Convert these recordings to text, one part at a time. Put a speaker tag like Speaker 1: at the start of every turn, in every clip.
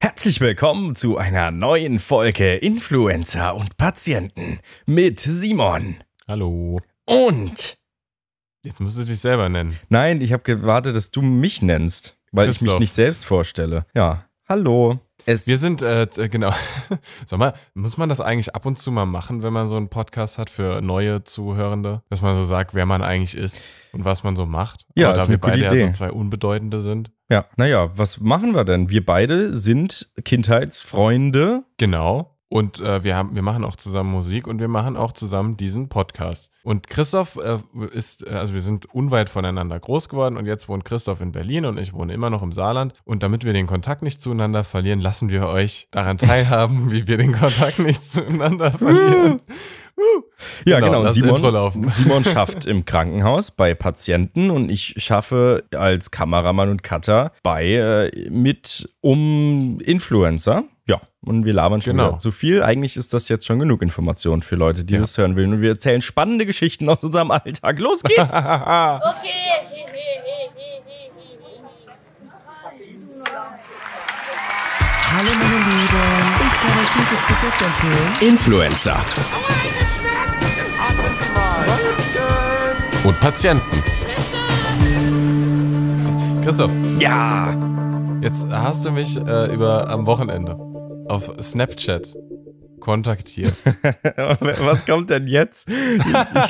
Speaker 1: Herzlich willkommen zu einer neuen Folge Influencer und Patienten mit Simon
Speaker 2: Hallo.
Speaker 1: und
Speaker 2: Jetzt musst du dich selber nennen.
Speaker 1: Nein, ich habe gewartet, dass du mich nennst, weil ich mich
Speaker 2: Christoph.
Speaker 1: nicht selbst vorstelle. Ja, hallo. Es
Speaker 2: Wir sind, äh, äh, genau. Sag mal, muss man das eigentlich ab und zu mal machen, wenn man so einen Podcast hat für neue Zuhörende? Dass man so sagt, wer man eigentlich ist und was man so macht?
Speaker 1: Ja,
Speaker 2: Aber
Speaker 1: ist
Speaker 2: da
Speaker 1: eine
Speaker 2: wir
Speaker 1: gute
Speaker 2: beide
Speaker 1: Idee.
Speaker 2: ja so zwei Unbedeutende sind.
Speaker 1: ja, naja, was machen wir denn? Wir beide sind Kindheitsfreunde.
Speaker 2: Genau. Und äh, wir, haben, wir machen auch zusammen Musik und wir machen auch zusammen diesen Podcast. Und Christoph äh, ist, äh, also wir sind unweit voneinander groß geworden und jetzt wohnt Christoph in Berlin und ich wohne immer noch im Saarland. Und damit wir den Kontakt nicht zueinander verlieren, lassen wir euch daran teilhaben, wie wir den Kontakt nicht zueinander verlieren.
Speaker 1: Ja,
Speaker 2: Genau,
Speaker 1: genau. Und
Speaker 2: lass das
Speaker 1: Simon,
Speaker 2: Intro laufen.
Speaker 1: Simon schafft im Krankenhaus bei Patienten und ich schaffe als Kameramann und Cutter bei äh, mit um Influencer. Ja, und wir labern schon
Speaker 2: Genau.
Speaker 1: wieder zu viel. Eigentlich ist das jetzt schon genug Information für Leute, die das hören wollen. Und wir erzählen spannende Geschichten aus unserem Alltag. Los geht's!
Speaker 3: Okay.
Speaker 4: Hallo meine Lieben, ich kann euch dieses Produkt empfehlen.
Speaker 1: Influencer
Speaker 2: und Patienten. Christoph,
Speaker 1: Ja!
Speaker 2: jetzt hast du mich äh, über am Wochenende auf Snapchat kontaktiert.
Speaker 1: Was kommt denn jetzt? Ich,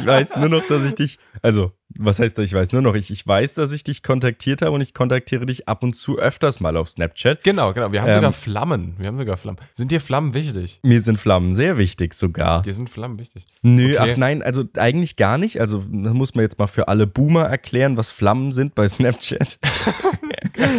Speaker 1: ich weiß nur noch, dass ich dich. Also, was heißt das? Ich weiß nur noch, ich, ich weiß, dass ich dich kontaktiert habe und ich kontaktiere dich ab und zu öfters mal auf Snapchat.
Speaker 2: Genau, genau. Wir haben
Speaker 1: Ähm.
Speaker 2: sogar Flammen. Wir haben sogar Flammen. Sind dir Flammen wichtig?
Speaker 1: Mir sind Flammen sehr wichtig sogar.
Speaker 2: Dir sind Flammen wichtig.
Speaker 1: Nö,
Speaker 2: Okay.
Speaker 1: ach nein, also eigentlich gar nicht. Also das muss man jetzt mal für alle Boomer erklären, was Flammen sind bei Snapchat.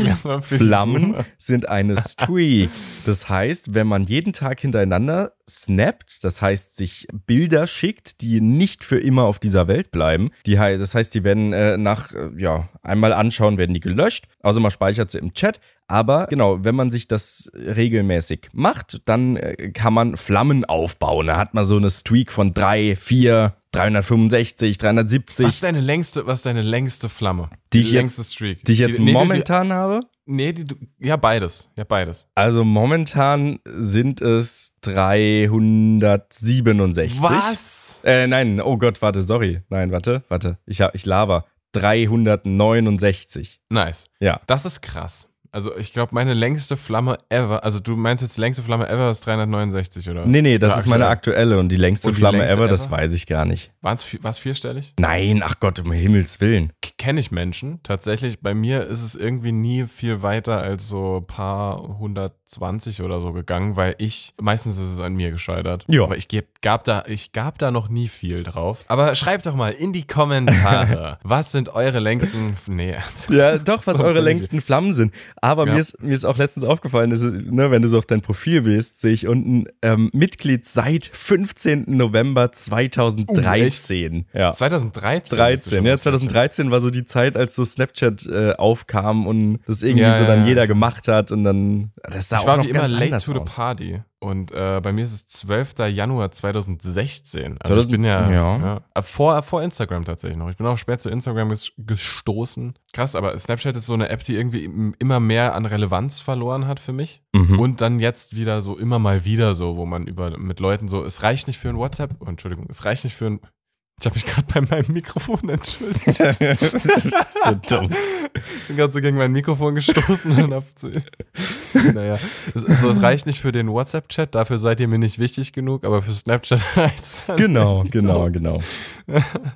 Speaker 2: Lass mal ein bisschen
Speaker 1: Flammen Also
Speaker 2: drüber.
Speaker 1: sind eine Streak. Das heißt, wenn man jeden Tag hintereinander snappt, das heißt sich Bilder schickt, die nicht für immer auf dieser Welt bleiben. Die, hei- das heißt, die werden äh, nach, äh, ja, einmal anschauen, werden die gelöscht. Also man speichert sie im Chat. Aber genau, wenn man sich das regelmäßig macht, dann äh, kann man Flammen aufbauen. Da hat man so eine Streak von drei, vier, 365, 370,
Speaker 2: Was ist deine längste, was ist deine längste Flamme?
Speaker 1: Die ich
Speaker 2: längste Streak.
Speaker 1: die ich jetzt
Speaker 2: nee, du-
Speaker 1: momentan habe.
Speaker 2: Die, nee, die, du- ja, beides. Ja, beides.
Speaker 1: Also momentan sind es 367.
Speaker 2: Was?
Speaker 1: Äh, nein, oh Gott, warte, sorry. Nein, warte, warte. Ich, hab- ich laber. 369.
Speaker 2: Nice.
Speaker 1: Ja.
Speaker 2: Das ist krass. Also, ich glaube, meine längste Flamme ever, also du meinst jetzt längste Flamme ever ist 369 oder?
Speaker 1: Nee, nee, das
Speaker 2: Oder
Speaker 1: ist meine aktuelle und die längste
Speaker 2: Und die
Speaker 1: Flamme
Speaker 2: längste
Speaker 1: ever, das
Speaker 2: ever?
Speaker 1: weiß ich gar nicht.
Speaker 2: War's vi- war's vierstellig?
Speaker 1: Nein, ach Gott, um Himmels Willen.
Speaker 2: Kenne ich Menschen. Tatsächlich, bei mir ist es irgendwie nie viel weiter als so paar 120 oder so gegangen, weil ich, meistens ist es an mir gescheitert.
Speaker 1: Ja.
Speaker 2: Aber ich geb, gab da, ich gab da noch nie viel drauf. Aber schreibt doch mal in die Kommentare, was sind eure längsten, nee,
Speaker 1: Ja, doch, was
Speaker 2: So
Speaker 1: eure
Speaker 2: bin ich.
Speaker 1: längsten Flammen sind. Aber
Speaker 2: Ja.
Speaker 1: mir, ist, mir ist auch letztens aufgefallen, dass, es, ne, wenn du so auf dein Profil bist, sehe ich unten ähm, Mitglied seit 15. November
Speaker 2: Oh,
Speaker 1: 2013. ja.
Speaker 2: 2013. ist es
Speaker 1: 13,
Speaker 2: schon
Speaker 1: ja,
Speaker 2: was.
Speaker 1: 2013 war so die Zeit, als so Snapchat äh, aufkam und das irgendwie
Speaker 2: Ja,
Speaker 1: so
Speaker 2: ja,
Speaker 1: dann
Speaker 2: ja,
Speaker 1: jeder
Speaker 2: ich-
Speaker 1: gemacht hat und dann das sah
Speaker 2: Ich
Speaker 1: auch
Speaker 2: war
Speaker 1: noch
Speaker 2: wie immer
Speaker 1: ganz
Speaker 2: late
Speaker 1: anders
Speaker 2: to the
Speaker 1: aus.
Speaker 2: party. Und äh, bei mir ist es 12. Januar 2016. Also ich bin ja,
Speaker 1: 2000 ja.
Speaker 2: ja. äh, vor, vor Instagram tatsächlich noch. Ich bin auch spät zu Instagram ges gestoßen. Krass, aber Snapchat ist so eine App, die irgendwie im- immer mehr an Relevanz verloren hat für mich.
Speaker 1: Mhm.
Speaker 2: Und dann jetzt wieder so immer mal wieder so, wo man über mit Leuten so, es reicht nicht für ein WhatsApp, oh, Entschuldigung, es reicht nicht für ein. Ich habe mich gerade bei meinem Mikrofon entschuldigt.
Speaker 1: so dumm.
Speaker 2: Ich bin gerade so gegen mein Mikrofon gestoßen um und hab zu. Naja, es, also es reicht nicht für den WhatsApp-Chat, dafür seid ihr mir nicht wichtig genug, aber für Snapchat reicht's dann.
Speaker 1: Genau, genau, genau.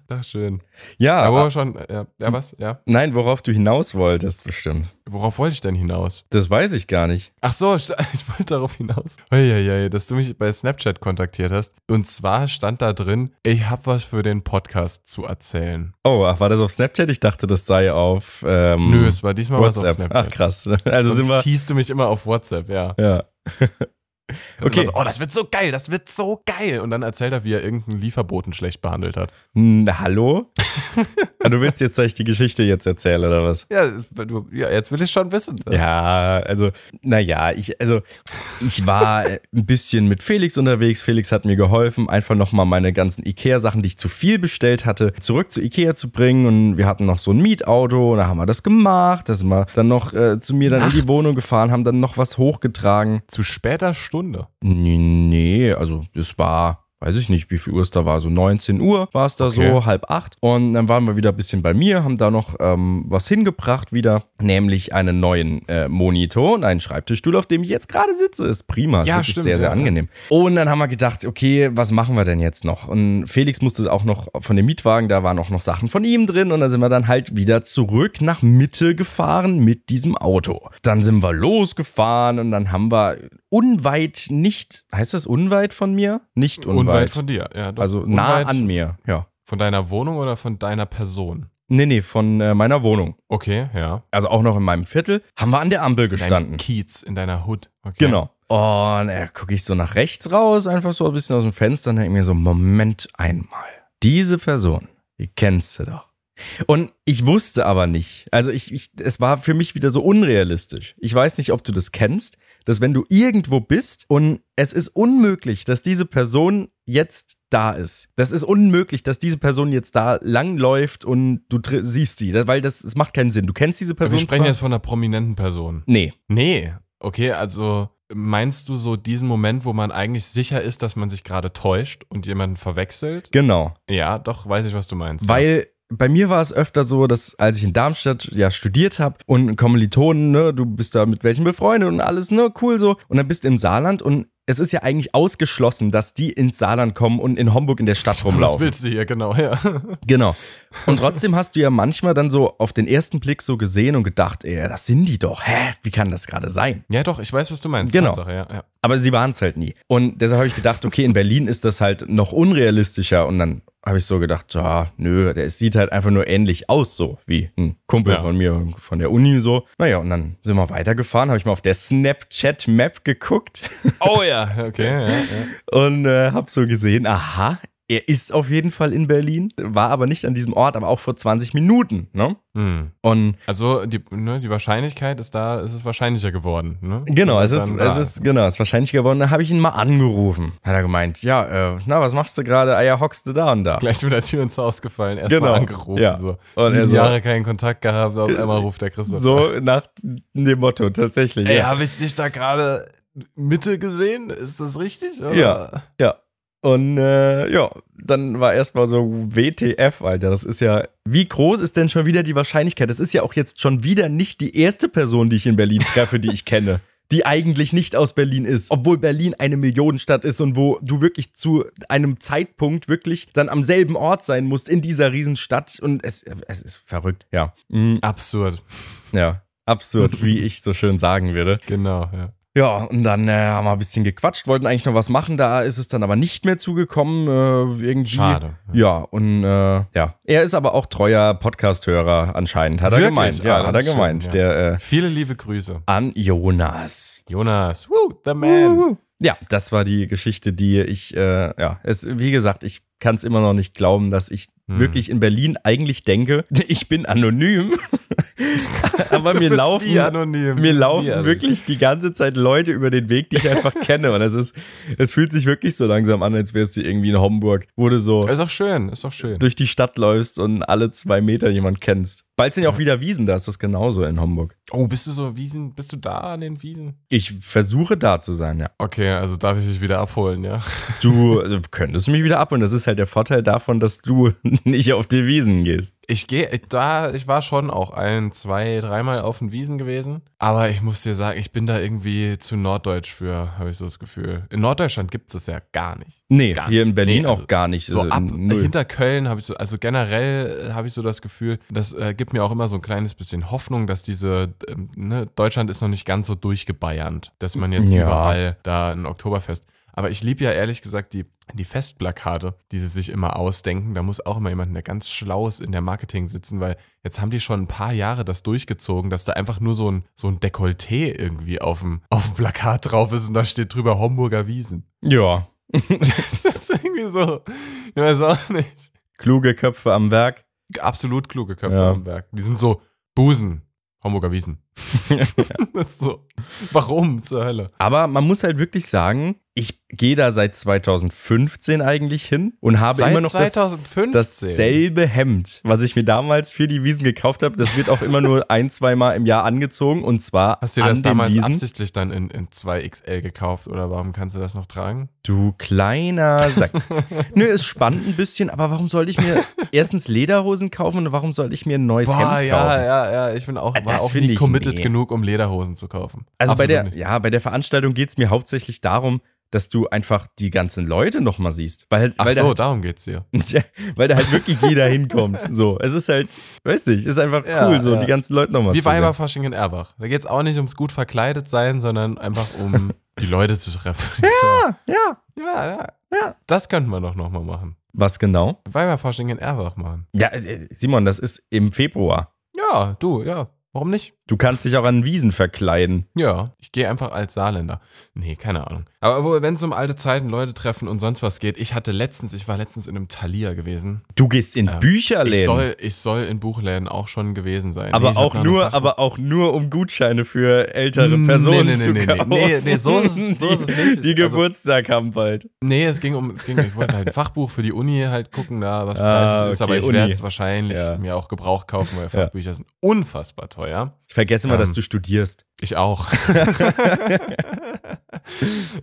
Speaker 2: Ach, schön.
Speaker 1: Ja,
Speaker 2: Aber
Speaker 1: aber,
Speaker 2: schon, ja, ja, was? Ja.
Speaker 1: nein, worauf du hinaus wolltest bestimmt.
Speaker 2: Worauf wollte ich denn hinaus?
Speaker 1: Das weiß ich gar nicht.
Speaker 2: Ach so, st- ich wollte darauf hinaus. Uiuiui, dass du mich bei Snapchat kontaktiert hast. Und zwar stand da drin, ich hab was für den Podcast zu erzählen.
Speaker 1: Oh, ach, war das auf Snapchat? Ich dachte, das sei auf ähm,
Speaker 2: Nö, es war diesmal was auf
Speaker 1: WhatsApp.
Speaker 2: Snapchat.
Speaker 1: Ach krass. Also
Speaker 2: Sonst
Speaker 1: sind wir
Speaker 2: teast du mich immer auf WhatsApp, ja.
Speaker 1: ja.
Speaker 2: Das ist
Speaker 1: Okay.
Speaker 2: immer So, oh, das wird so geil, das wird so geil. Und dann erzählt er, wie er irgendeinen Lieferboten schlecht behandelt hat.
Speaker 1: Na, hallo? Ah, du willst jetzt, dass ich die Geschichte jetzt erzähle, oder was?
Speaker 2: Ja, du- ja jetzt will ich schon wissen.
Speaker 1: Ja, also, naja, ich, also, ich war äh, ein bisschen mit Felix unterwegs. Felix hat mir geholfen, einfach nochmal meine ganzen Ikea-Sachen, die ich zu viel bestellt hatte, zurück zu Ikea zu bringen. Und wir hatten noch so ein Mietauto und da haben wir das gemacht. Da sind wir dann noch äh, zu mir dann in
Speaker 2: Nachts?
Speaker 1: die Wohnung gefahren, haben dann noch was hochgetragen.
Speaker 2: Zu später Stunde.
Speaker 1: Nee, nee, also das war, weiß ich nicht, wie viel Uhr es da war, so 19 Uhr war es da
Speaker 2: Okay.
Speaker 1: so, halb acht. Und dann waren wir wieder ein bisschen bei mir, haben da noch ähm, was hingebracht wieder, nämlich einen neuen äh, Monitor und einen Schreibtischstuhl, auf dem ich jetzt gerade sitze. Ist prima, ist
Speaker 2: Ja,
Speaker 1: wirklich
Speaker 2: stimmt,
Speaker 1: sehr, sehr
Speaker 2: ja.
Speaker 1: angenehm. Und dann haben wir gedacht, okay, was machen wir denn jetzt noch? Und Felix musste auch noch von dem Mietwagen, da waren auch noch Sachen von ihm drin. Und da sind wir dann halt wieder zurück nach Mitte gefahren mit diesem Auto. Dann sind wir losgefahren und dann haben wir unweit nicht, heißt das unweit von mir? Nicht unweit.
Speaker 2: Unweit von dir. Ja, doch.
Speaker 1: also nah
Speaker 2: Unweit
Speaker 1: an mir, ja.
Speaker 2: Von deiner Wohnung oder von deiner Person?
Speaker 1: Nee, nee, von äh, meiner Wohnung.
Speaker 2: Okay, ja.
Speaker 1: Also auch noch in meinem Viertel, haben wir an der Ampel
Speaker 2: Dein
Speaker 1: gestanden.
Speaker 2: Kiez in deiner Hood. Okay.
Speaker 1: Genau.
Speaker 2: Also
Speaker 1: Und äh, gucke ich so nach rechts raus, einfach so ein bisschen aus dem Fenster und denke mir so, Moment einmal. Diese Person, die kennst du doch. Und ich wusste aber nicht, also ich, ich, es war für mich wieder so unrealistisch. Ich weiß nicht, ob du das kennst, dass wenn du irgendwo bist und es ist unmöglich, dass diese Person jetzt da ist. Das ist unmöglich, dass diese Person jetzt da langläuft und du tr- siehst die, Da- weil das, es macht keinen Sinn. Du kennst diese
Speaker 2: Wir
Speaker 1: Person
Speaker 2: sprechen
Speaker 1: zwar-
Speaker 2: jetzt von einer prominenten Person.
Speaker 1: Nee,
Speaker 2: Nee. Okay, also meinst du so diesen Moment, wo man eigentlich sicher ist, dass man sich gerade täuscht und jemanden verwechselt?
Speaker 1: genau.
Speaker 2: Ja, doch, weiß ich, was du meinst.
Speaker 1: Weil bei mir war es öfter so, dass als ich in Darmstadt ja studiert habe und Kommilitonen, ne, du bist da mit welchen befreundet und alles, ne, cool so. Und dann bist du im Saarland und es ist ja eigentlich ausgeschlossen, dass die ins Saarland kommen und in Homburg in der Stadt
Speaker 2: Was
Speaker 1: rumlaufen.
Speaker 2: willst du hier, genau, ja.
Speaker 1: Genau. Und trotzdem hast du ja manchmal dann so auf den ersten Blick so gesehen und gedacht, ey, das sind die doch. Hä, wie kann das gerade sein?
Speaker 2: Ja, doch, ich weiß, was du meinst.
Speaker 1: Genau.
Speaker 2: Tatsache, ja, ja.
Speaker 1: Aber sie waren es halt nie. Und deshalb habe ich gedacht, okay, in Berlin ist das halt noch unrealistischer. Und dann habe ich so gedacht, ja, nö, der es sieht halt einfach nur ähnlich aus, so wie ein Kumpel
Speaker 2: Ja.
Speaker 1: von mir, von der Uni so. Naja, und dann sind wir weitergefahren, habe ich mal auf der Snapchat-Map geguckt
Speaker 2: Oh ja, okay, ja, ja.
Speaker 1: und äh, habe so gesehen, aha, er ist auf jeden Fall in Berlin, war aber nicht an diesem Ort, aber auch vor 20 Minuten, ne?
Speaker 2: Hm.
Speaker 1: Und
Speaker 2: Also die, ne, die Wahrscheinlichkeit ist da, ist es ist wahrscheinlicher geworden. Ne?
Speaker 1: Genau, es
Speaker 2: Dass
Speaker 1: ist,
Speaker 2: dann da
Speaker 1: es ist, genau, es ist wahrscheinlich geworden. Da habe ich ihn mal angerufen. Hat er gemeint, ja, äh, na, was machst du gerade? Eier hockst du da und da.
Speaker 2: Gleich mit der Tür ins Haus gefallen, erstmal
Speaker 1: Genau,
Speaker 2: angerufen.
Speaker 1: ja.
Speaker 2: So.
Speaker 1: Und er
Speaker 2: Sieben
Speaker 1: so- äh,
Speaker 2: Jahre keinen Kontakt gehabt, auf einmal ruft der Christoph. an.
Speaker 1: So nach dem Motto, tatsächlich.
Speaker 2: Ey,
Speaker 1: ja.
Speaker 2: habe ich dich da gerade Mitte gesehen? Ist das richtig? Oder?
Speaker 1: Ja. ja. Und äh, ja, dann war erstmal so WTF, Alter. Das ist ja. Wie groß ist denn schon wieder die Wahrscheinlichkeit? Das ist ja auch jetzt schon wieder nicht die erste Person, die ich in Berlin treffe, die ich kenne. Die eigentlich nicht aus Berlin ist, obwohl Berlin eine Millionenstadt ist und wo du wirklich zu einem Zeitpunkt wirklich dann am selben Ort sein musst in dieser Riesenstadt und es, es ist verrückt, ja. Mm,
Speaker 2: Absurd.
Speaker 1: ja, absurd, wie ich so schön sagen würde.
Speaker 2: Genau, ja.
Speaker 1: Ja, und dann äh, haben wir ein bisschen gequatscht, wollten eigentlich noch was machen, da ist es dann aber nicht mehr zugekommen. Äh, irgendwie.
Speaker 2: Schade.
Speaker 1: Ja, und äh, ja, er ist aber auch treuer Podcast-Hörer anscheinend, hat er
Speaker 2: Wirklich?
Speaker 1: gemeint.
Speaker 2: Ah,
Speaker 1: Ja,
Speaker 2: das
Speaker 1: hat er
Speaker 2: ist schön,
Speaker 1: gemeint.
Speaker 2: ja.
Speaker 1: Der äh,
Speaker 2: Viele liebe Grüße.
Speaker 1: an Jonas.
Speaker 2: Jonas, woo, the man.
Speaker 1: Ja, das war die Geschichte, die ich, äh, ja, es, wie gesagt, ich kann es immer noch nicht glauben, dass ich
Speaker 2: Hm.
Speaker 1: wirklich in Berlin eigentlich denke, ich bin anonym. aber mir laufen,
Speaker 2: wie anonym.
Speaker 1: mir
Speaker 2: Wie
Speaker 1: laufen
Speaker 2: anonym.
Speaker 1: wirklich die ganze Zeit Leute über den Weg, die ich einfach kenne. Und es ist, es fühlt sich wirklich so langsam an, als wärst du irgendwie in Homburg, wo du so
Speaker 2: Ist auch schön, ist auch schön.
Speaker 1: durch die Stadt läufst und alle zwei Meter jemand kennst. Bald sind ja auch wieder Wiesen, da ist das genauso in Homburg.
Speaker 2: Oh, bist du so Wiesen? Bist du da an den Wiesen?
Speaker 1: Ich versuche da zu sein, ja.
Speaker 2: Okay, also darf ich dich wieder abholen, ja.
Speaker 1: Du also, könntest mich wieder ab und das ist halt der Vorteil davon, dass du nicht auf die Wiesen gehst.
Speaker 2: Ich gehe ich- da, ich war schon auch ein, zwei, dreimal auf den Wiesen gewesen. Aber ich muss dir sagen, ich bin da irgendwie zu norddeutsch für, habe ich so das Gefühl. In Norddeutschland gibt es das ja gar nicht.
Speaker 1: Nee,
Speaker 2: Gar
Speaker 1: hier in Berlin
Speaker 2: Nee, also
Speaker 1: auch gar nicht.
Speaker 2: So
Speaker 1: Also,
Speaker 2: ab
Speaker 1: null.
Speaker 2: hinter Köln habe ich so, also generell äh, habe ich so das Gefühl, das äh, gibt mir auch immer so ein kleines bisschen Hoffnung, dass diese, ähm, ne, Deutschland ist noch nicht ganz so durchgebeiernd, dass man jetzt
Speaker 1: Ja.
Speaker 2: überall da ein Oktoberfest. Aber ich liebe ja ehrlich gesagt die, die Festplakate, die sie sich immer ausdenken. Da muss auch immer jemand, der ganz schlau ist in der Marketing sitzen, weil jetzt haben die schon ein paar Jahre das durchgezogen, dass da einfach nur so ein, so ein Dekolleté irgendwie auf dem, auf dem Plakat drauf ist und da steht drüber Homburger Wiesen.
Speaker 1: Ja.
Speaker 2: das ist irgendwie so, ich weiß auch nicht.
Speaker 1: Kluge Köpfe am Werk.
Speaker 2: Absolut kluge Köpfe
Speaker 1: Ja.
Speaker 2: am Werk. Die sind so Busen, Homburger Wiesen. das ist so, warum zur Hölle?
Speaker 1: Aber man muss halt wirklich sagen, ich gehe da seit 2015 eigentlich hin und habe
Speaker 2: Seit
Speaker 1: immer noch das-
Speaker 2: 2015?
Speaker 1: dasselbe Hemd, was ich mir damals für die Wiesen gekauft habe. Das wird auch immer nur ein, zweimal im Jahr angezogen und zwar
Speaker 2: Hast du dir
Speaker 1: an
Speaker 2: das
Speaker 1: den
Speaker 2: damals
Speaker 1: Wiesen.
Speaker 2: absichtlich dann in, in 2XL gekauft oder warum kannst du das noch tragen?
Speaker 1: Du kleiner Sack. Nö, es spannt ein bisschen, aber warum soll ich mir erstens Lederhosen kaufen und warum soll ich mir ein neues Hemd kaufen?
Speaker 2: ja, ja. Ich bin auch, war
Speaker 1: Ah, das
Speaker 2: auch
Speaker 1: finde
Speaker 2: nie
Speaker 1: ich
Speaker 2: committed
Speaker 1: nee.
Speaker 2: genug, um Lederhosen zu kaufen.
Speaker 1: Also bei
Speaker 2: Absolut
Speaker 1: der,
Speaker 2: nicht.
Speaker 1: ja, bei der Veranstaltung geht es mir hauptsächlich darum, dass du einfach die ganzen Leute nochmal siehst. Weil, halt-
Speaker 2: Ach
Speaker 1: weil,
Speaker 2: so,
Speaker 1: da,
Speaker 2: darum geht's dir.
Speaker 1: Tja, weil da halt wirklich jeder hinkommt. So, es ist halt, weiß nicht, ist einfach
Speaker 2: Ja,
Speaker 1: cool, so
Speaker 2: ja.
Speaker 1: die ganzen Leute nochmal
Speaker 2: Wie
Speaker 1: zu sehen.
Speaker 2: Weiberfasching in Erbach. Da geht's auch nicht ums gut verkleidet sein, sondern einfach um die Leute zu treffen. Ja.
Speaker 1: Ah, Ja,
Speaker 2: ja, ja,
Speaker 1: Ja.
Speaker 2: Das könnten wir doch nochmal machen.
Speaker 1: was genau?
Speaker 2: Weiberfasching in Erbach machen.
Speaker 1: Ja, äh, Simon, das ist im Februar.
Speaker 2: Ja, du, ja. Warum nicht?
Speaker 1: Du kannst dich auch an Wiesen verkleiden.
Speaker 2: Ja, ich gehe einfach als Saarländer. Nee, keine Ahnung. Aber wenn es um alte Zeiten, Leute treffen und sonst was geht, ich hatte letztens, ich war letztens in einem Thalia gewesen.
Speaker 1: Du gehst in
Speaker 2: Ähm,
Speaker 1: Bücherläden.
Speaker 2: Ich soll, ich soll in Buchläden auch schon gewesen sein.
Speaker 1: Aber
Speaker 2: Nee, ich hab
Speaker 1: auch
Speaker 2: noch eine
Speaker 1: nur,
Speaker 2: Fach-
Speaker 1: aber auch nur um Gutscheine für ältere
Speaker 2: Mm,
Speaker 1: Personen
Speaker 2: nee, nee,
Speaker 1: zu
Speaker 2: nee, nee,
Speaker 1: kaufen.
Speaker 2: nee, nee, so ist es- so ist es nicht.
Speaker 1: Die, die
Speaker 2: Also-
Speaker 1: Geburtstag haben bald.
Speaker 2: Nee, es ging um, es ging, ich wollte halt ein Fachbuch für die Uni halt gucken, da was
Speaker 1: Ah,
Speaker 2: preisig ist,
Speaker 1: okay,
Speaker 2: aber ich
Speaker 1: Uni.
Speaker 2: werde es wahrscheinlich
Speaker 1: Ja.
Speaker 2: mir auch Gebrauch kaufen, weil
Speaker 1: Ja.
Speaker 2: Fachbücher sind unfassbar teuer.
Speaker 1: Ich vergesse immer,
Speaker 2: Ähm,
Speaker 1: dass du studierst.
Speaker 2: Ich auch.